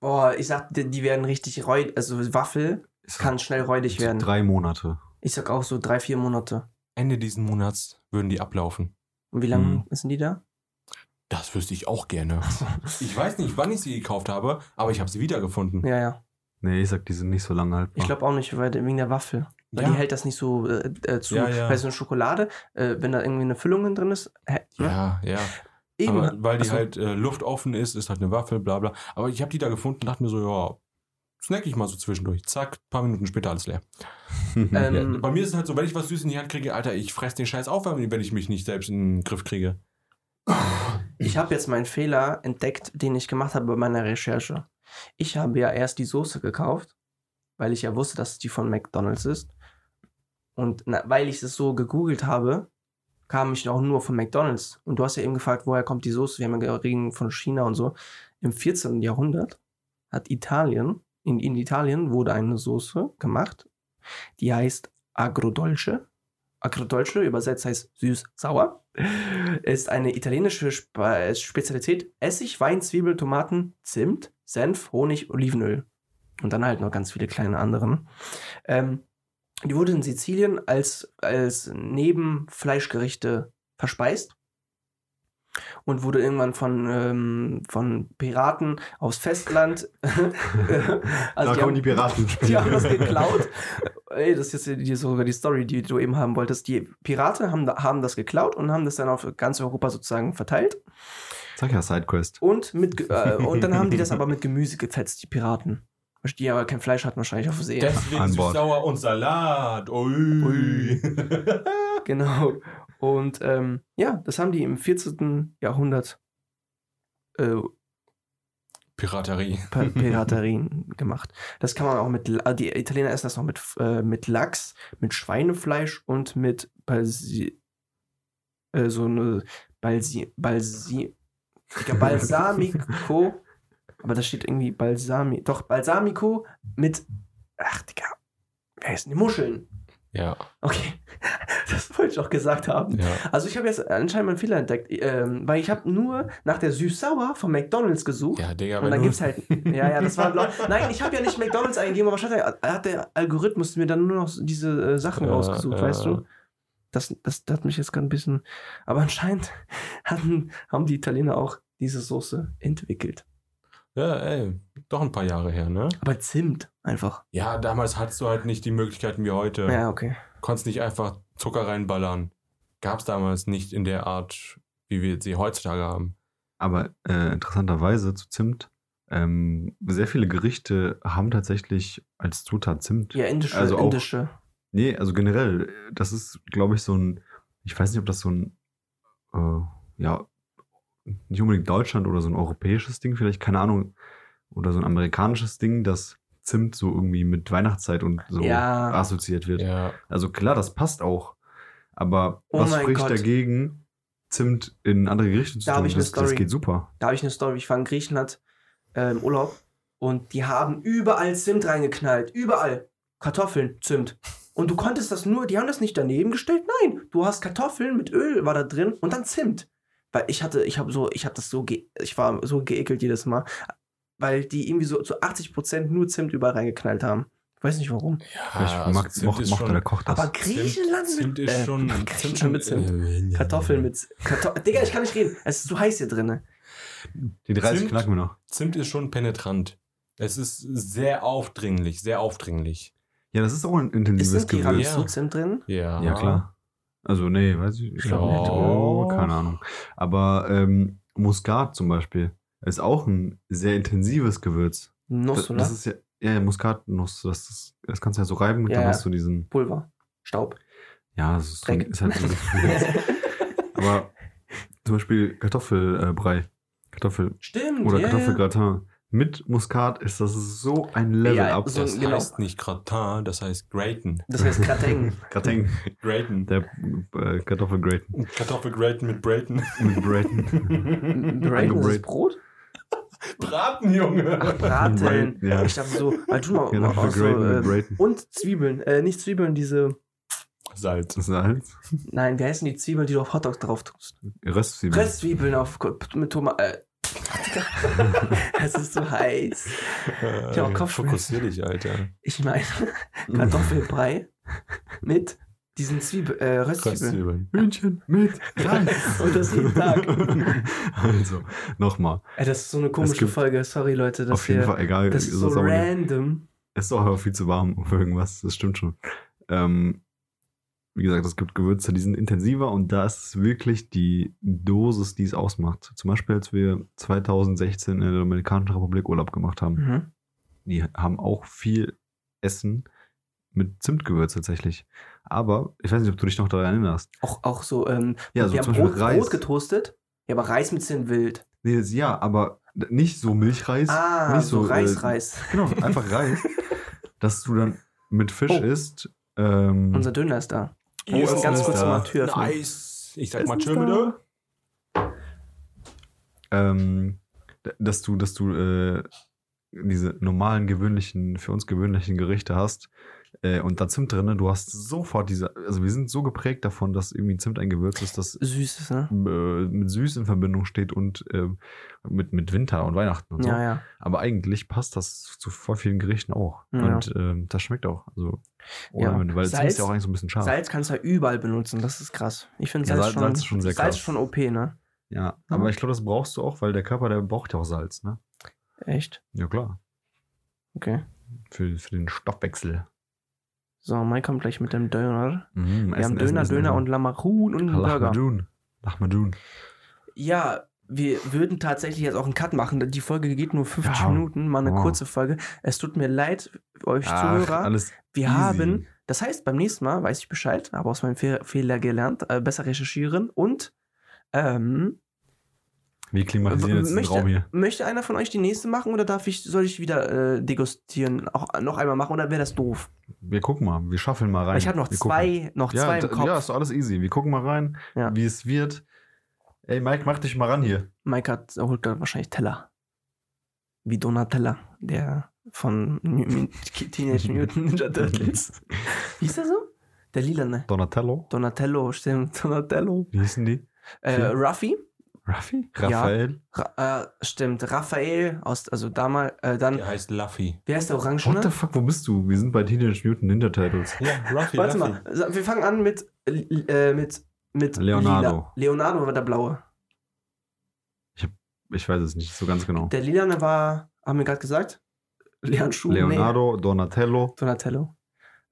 Boah, ich sag, die, die werden richtig räudig. Also Waffel Es kann schnell räudig werden. Drei Monate. Ich sag auch so drei, vier Monate. Ende diesen Monats würden die ablaufen. Und wie lange Mhm. sind die da? Das wüsste ich [laughs] auch gerne. Ich weiß nicht, wann ich sie gekauft habe, aber ich habe sie wiedergefunden. Ja, ja. Nee, ich sag, die sind nicht so lange haltbar. [laughs] Ich glaube auch nicht, weil wegen der Waffel. Weil Ja. die hält das nicht so äh, äh, zu. Ja, ja. Weil so eine Schokolade, äh, wenn da irgendwie eine Füllung drin ist, hä, ne? Ja, ja. eben. Aber weil die Ach so. halt äh, luftoffen ist, ist halt eine Waffel, bla bla. Aber ich habe die da gefunden und dachte mir so, ja, snack ich mal so zwischendurch. Zack, paar Minuten später alles leer. ähm, Bei mir ist es halt so, wenn ich was Süßes in die Hand kriege, Alter, ich fress den Scheiß auf, wenn ich mich nicht selbst in den Griff kriege. Ich habe jetzt meinen Fehler entdeckt, den ich gemacht habe bei meiner Recherche. Ich habe ja erst die Soße gekauft, weil ich ja wusste, dass es die von McDonald's ist. Und na, weil ich es so gegoogelt habe, kam ich auch nur von McDonald's. Und du hast ja eben gefragt, woher kommt die Soße? Wir haben ja geredet von China und so. Im 14. Jahrhundert hat Italien, in, in Italien wurde eine Soße gemacht, die heißt Agrodolce. Agrodolce übersetzt heißt süß-sauer ist eine italienische Spe Spezialität. Essig, Wein, Zwiebel, Tomaten, Zimt, Senf, Honig, Olivenöl. Und dann halt noch ganz viele kleine anderen. Ähm, die wurde in Sizilien als, als Nebenfleischgerichte verspeist und wurde irgendwann von, ähm, von Piraten aufs Festland. [laughs] also da die kommen haben- die Piraten [laughs] [laughs] die haben das geklaut. Ey, das ist jetzt die, sogar die Story, die du eben haben wolltest. Die Pirate haben, da- haben das geklaut und haben das dann auf ganz Europa sozusagen verteilt. Sag ja, Sidequest. Und, mit, Ge- äh, und dann haben die das aber mit Gemüse gefetzt, die Piraten. Die aber kein Fleisch hatten, wahrscheinlich auf See. Deswegen An Bord. süß-sauer und Salat. Ui. Genau. Und ähm, ja, das haben die im 14. Jahrhundert äh, Piraterie. [laughs] P- Piraterien gemacht. Das kann man auch mit, La- die Italiener essen das noch mit, äh, mit Lachs, mit Schweinefleisch und mit Balsi, äh, so eine Balsi, Balsi, [laughs] Digga, Balsamico, aber da steht irgendwie Balsami, doch Balsamico mit, ach Digga, wer heißen die Muscheln? Ja, Okay, [laughs] das wollte ich auch gesagt haben. ja. Also ich habe jetzt anscheinend meinen Fehler entdeckt, ähm, weil ich habe nur nach der süß-sauer von McDonald's gesucht. Ja, Digga, Und wenn dann du, gibt's halt. Ja, ja, das war. blau. Nein, ich habe ja nicht McDonalds eingegeben, aber wahrscheinlich hat der Algorithmus mir dann nur noch diese äh, Sachen Ja, rausgesucht, ja. weißt du? Das, das, das hat mich jetzt gerade ein bisschen. Aber anscheinend [laughs] hatten, haben die Italiener auch diese Soße entwickelt. ja, ey, doch ein paar Jahre her, ne? Aber Zimt einfach. Ja, damals hattest du halt nicht die Möglichkeiten wie heute. Ja, okay. Konntest nicht einfach Zucker reinballern. Gab's damals nicht in der Art, wie wir sie heutzutage haben. Aber äh, interessanterweise zu Zimt, ähm, sehr viele Gerichte haben tatsächlich als Zutat Zimt. Ja, indische. Also auch- indische. Nee, also generell, äh, das ist, glaube ich, so ein, ich weiß nicht, ob das so ein, äh, ja, nicht unbedingt Deutschland oder so ein europäisches Ding, vielleicht, keine Ahnung, oder so ein amerikanisches Ding, dass Zimt so irgendwie mit Weihnachtszeit und so Ja. assoziiert wird. Ja. Also klar, das passt auch. Aber Oh was mein spricht Gott. dagegen, Zimt in andere Gerichte zu Da hab tun? ich eine das, das Story. geht super. Da habe ich eine Story. Ich war in Griechenland äh, im Urlaub und die haben überall Zimt reingeknallt. Überall. Kartoffeln, Zimt. Und du konntest das nur, die haben das nicht daneben gestellt. Nein, du hast Kartoffeln mit Öl war da drin und dann Zimt. Weil ich hatte, ich habe so, ich habe das so, ge ich war so geekelt jedes Mal, weil die irgendwie so zu 80% nur Zimt überall reingeknallt haben. Ich weiß nicht warum. ich Ja, mag, moch, mochte der Koch das. Aber Griechenland mit Zimt [laughs] ist schon. äh, Griechenland mit Zimt. Kartoffeln mit Z- Karto Digga, ich kann nicht reden. Es ist so heiß hier drin. Die 30 Zimt? knacken wir noch. Zimt ist schon penetrant. Es ist sehr aufdringlich, sehr aufdringlich. Ja, das ist auch ein Ist intensives in Gewürz. Tiramisu Zimt drin? Ja. Ja, klar. Also, nee, weiß ich, ich glaube nicht. Ja. Oh, keine Ahnung. Aber ähm, Muskat zum Beispiel ist auch ein sehr intensives Gewürz. Nuss, Das, das oder? ist ja, ja Muskatnuss. Das, ist, das kannst du ja so reiben und Ja, dann ja. hast du diesen. Pulver. Staub. Ja, es ist, so, Dreck. ist halt so. Aber zum Beispiel Kartoffelbrei, Kartoffel [laughs] Stimmt. oder ja, Kartoffelgratin mit Muskat ist das so ein Ja, Level-Up. so- Das Genau. heißt nicht Gratin, das heißt Graten. Das heißt [laughs] Krateng. Gratin, Graten. der äh, Kartoffelgratin Kartoffelgraten mit Braten. mit [laughs] Braten. Braten ist das Brot? [laughs] Braten, Junge! Ach, Braten. Braten, ja. Genau, Ich dachte so, weil du mal mal auch Oh, so, Kartoffelgratin mit äh, Braten. und Zwiebeln, äh, nicht Zwiebeln, diese, [laughs] Salz. Das ist Salz, nein, wie heißen die Zwiebeln, die du auf Hotdogs drauf tust? Röstzwiebeln. Röstzwiebeln auf, mit Tomaten, [laughs] äh, es ist so heiß. Ich hab auch Kopfschmerzen. Fokussier dich, Alter. [laughs] Ich meine, Kartoffelbrei mit diesen Zwiebeln, äh, Röstzwiebeln. Röstzwiebeln. München [laughs] mit Reis. Und das jeden Tag. [laughs] Also, nochmal. Ey, das ist so eine komische gibt- Folge, sorry Leute, dass Auf jeden wir, Fall, egal. das ist so aber nicht- random. Es ist auch aber viel zu warm für irgendwas, das stimmt schon. Ähm, wie gesagt, es gibt Gewürze, die sind intensiver und da ist es wirklich die Dosis, die es ausmacht. Zum Beispiel, als wir 2016 in der Dominikanischen Republik Urlaub gemacht haben, Mhm. die haben auch viel Essen mit Zimtgewürz tatsächlich. Aber ich weiß nicht, ob du dich noch daran erinnerst. Auch, auch so, ähm, Ja, so wir zum haben Beispiel Brot, Reis. Brot getoastet. Ja, aber Reis mit sind wild. nee, das- ja, aber nicht so Milchreis. Ah, nicht so, so, Reis, äh, Reis. Genau, einfach [laughs] Reis. dass du dann mit Fisch Oh. isst. Ähm, Unser Döner ist da. Oh, Wir müssen ist ganz es kurz da. mal Tür öffnen. Nice. Ich sag Ist mal es tschö da? bitte. ähm, d- dass du, dass du äh, diese normalen, gewöhnlichen, für uns gewöhnlichen Gerichte hast äh, und da Zimt drin, du hast sofort diese, also wir sind so geprägt davon, dass irgendwie Zimt ein Gewürz ist, das Süßes, ne? äh, mit Süß in Verbindung steht und äh, mit, mit Winter und Weihnachten und so. Ja, ja. Aber eigentlich passt das zu voll vielen Gerichten auch. Ja. Und ähm, das schmeckt auch. Also, ohne Ja. Ende, weil Zimt Salz- ist ja auch eigentlich so ein bisschen scharf. Salz kannst du ja überall benutzen, das ist krass. Ich finde Ja, Salz- Salz, schon, Salz ist schon sehr Salz krass. ist schon OP, ne? Ja, Ja. aber ich glaube, das brauchst du auch, weil der Körper, der braucht ja auch Salz, ne? Echt? Ja, klar. Okay. Für, für den Stoffwechsel. So, Mike kommt gleich mit dem Döner. Mhm, Wir haben Döner, Döner und Lamarun und einen Burger. Lachmadun. Lachmadun. Ja, wir würden tatsächlich jetzt auch einen Cut machen. Die Folge geht nur 50 Ja. Minuten, mal eine Wow. kurze Folge. Es tut mir leid, euch Zuhörer. alles Wir easy. haben, das heißt, beim nächsten Mal weiß ich Bescheid, habe aus meinem Fe Fehler gelernt, äh, besser recherchieren und ähm, Wir klimatisieren jetzt den möchte- Raum hier. möchte einer von euch die nächste machen oder darf ich, soll ich wieder äh, degustieren, auch noch einmal machen oder wäre das doof? Wir gucken mal, wir schaffeln mal rein. Weil ich habe noch wir halt. zwei, noch ja, zwei da- im Kopf. Ja, ist doch alles easy. Wir gucken mal rein, Ja. wie es wird. Ey, Mike, mach dich mal ran hier. Mike hat, holt dann wahrscheinlich Teller. Wie Donatella, der von Mu- Mu- Teenage Mutant Ninja [laughs] Turtles. Wie ist der so? Der Lilane. Donatello. Donatello, stimmt, Donatello. Wie hießen die? Äh, Ja. Ruffy. Raffi? Ja. Raphael? Ra äh, stimmt, Raphael aus, also damals, äh, dann, Der heißt Luffy. wer ist der What the Orangene? fuck, wo bist du? Wir sind bei Teenage Mutant Ninja Turtles. Ja, Luffy. Warte mal, so, wir fangen an mit, äh, mit, mit Leonardo. Lila. Leonardo war der Blaue. Ich weiß es nicht so ganz genau. Der Lilane war, haben wir gerade gesagt? Leon Schuh, Leonardo, Donatello, Nee, Donatello.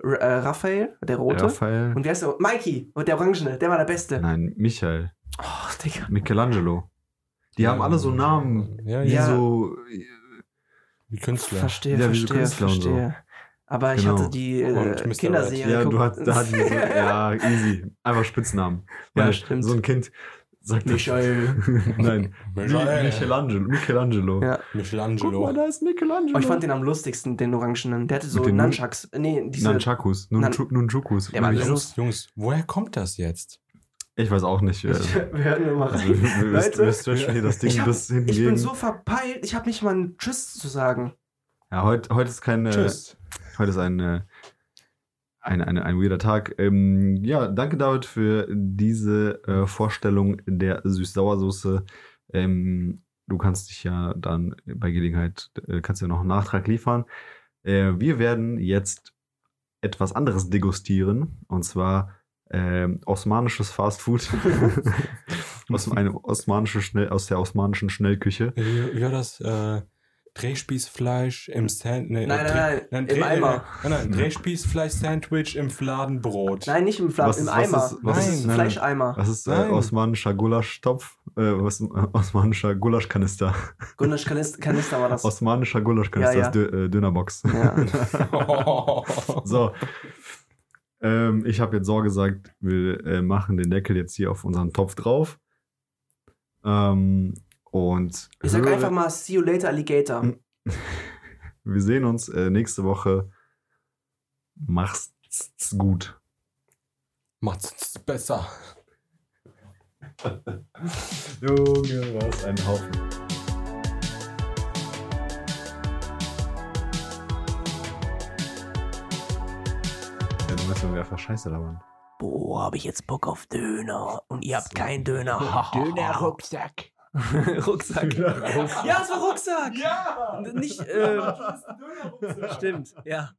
R äh, Raphael, der Rote. Raphael. Und wer ist der? Mikey, und der Orangene, der war der Beste. Nein, Michael. Oh, Digga. Michelangelo. Die haben alle so Namen. Ja, Wie Ja. ja. so. Wie Künstler. Verstehe, Ja, wie so verstehe, Künstler und so. verstehe. Aber ich Genau. hatte die Und äh, Mr. Kinderserie Ja, du geguckt. [laughs] hast, da hatten die so, ja, easy. Einfach Spitznamen. Ja, Weil stimmt. So ein Kind Sag das. Michael. [laughs] Nein, Mi- Michelangelo. Michelangelo. Ja. Guck mal, Michelangelo. da ist Michelangelo. Oh, ich fand den am lustigsten, den Orangenen. Der hatte so Mit den Nunchucks. Nee, diese. Nunchakus. Nan- Nunchu- Nunchukus. Der war Ich- los. Jungs, woher kommt das jetzt? Ich weiß auch nicht. äh, Ich, [laughs] wir hören nur mal Also, rein. wir, wir, Leute. wir stretchen hier das Ding Ich hab- bis hin Ich bin gegen- so verpeilt, ich habe nicht mal einen Tschüss zu sagen. Ja, heute, heute ist kein. Äh, Tschüss. heute ist ein. Äh, ein, ein, ein weirder Tag. Ähm, ja, danke David für diese äh, Vorstellung der Süß-Sauersoße. Ähm, du kannst dich ja dann bei Gelegenheit, äh, kannst ja noch einen Nachtrag liefern. Äh, wir werden jetzt etwas anderes degustieren und zwar ähm, osmanisches Fastfood aus, einem osmanischen Schnell, aus der osmanischen Schnellküche. Wie war das? Äh, Drehspießfleisch im Sand. Äh, Nee, Nein, Dreh- nein, nein, Dreh- im Eimer. Nein, nein, Drehspießfleisch-Sandwich im Fladenbrot. [laughs] Nein, nicht im, Fla Was im ist- was Eimer. ist- was das ist- ist ein nein, nein. Fleischeimer. [laughs] Was ist äh, Nein. osmanischer Gulaschtopf? Äh, was, äh, osmanischer Gulaschkanister. Gunnisch Kanister, Kanister war das. Osmanischer Gulaschkanister Ja, ja. ist Dö äh, [laughs] Dönerbox. Ja. So. ähm, ich habe jetzt so gesagt, wir äh, machen den Deckel jetzt hier auf unseren Topf drauf. Ähm, und Ich sag [laughs] höre- einfach mal, see you later, Alligator. Mhm. wir sehen uns äh, nächste Woche. Mach's [laughs] gut. Macht's besser. Junge, was ein Haufen. Ja, du müssen wir einfach Scheiße labern. Boah, habe ich jetzt Bock auf Döner. Und ihr habt keinen Döner. [laughs] Rucksack. [laughs] Rucksack. [laughs] Ja, [laughs] es war Rucksack. Ja! Nicht, äh, stimmt, ja.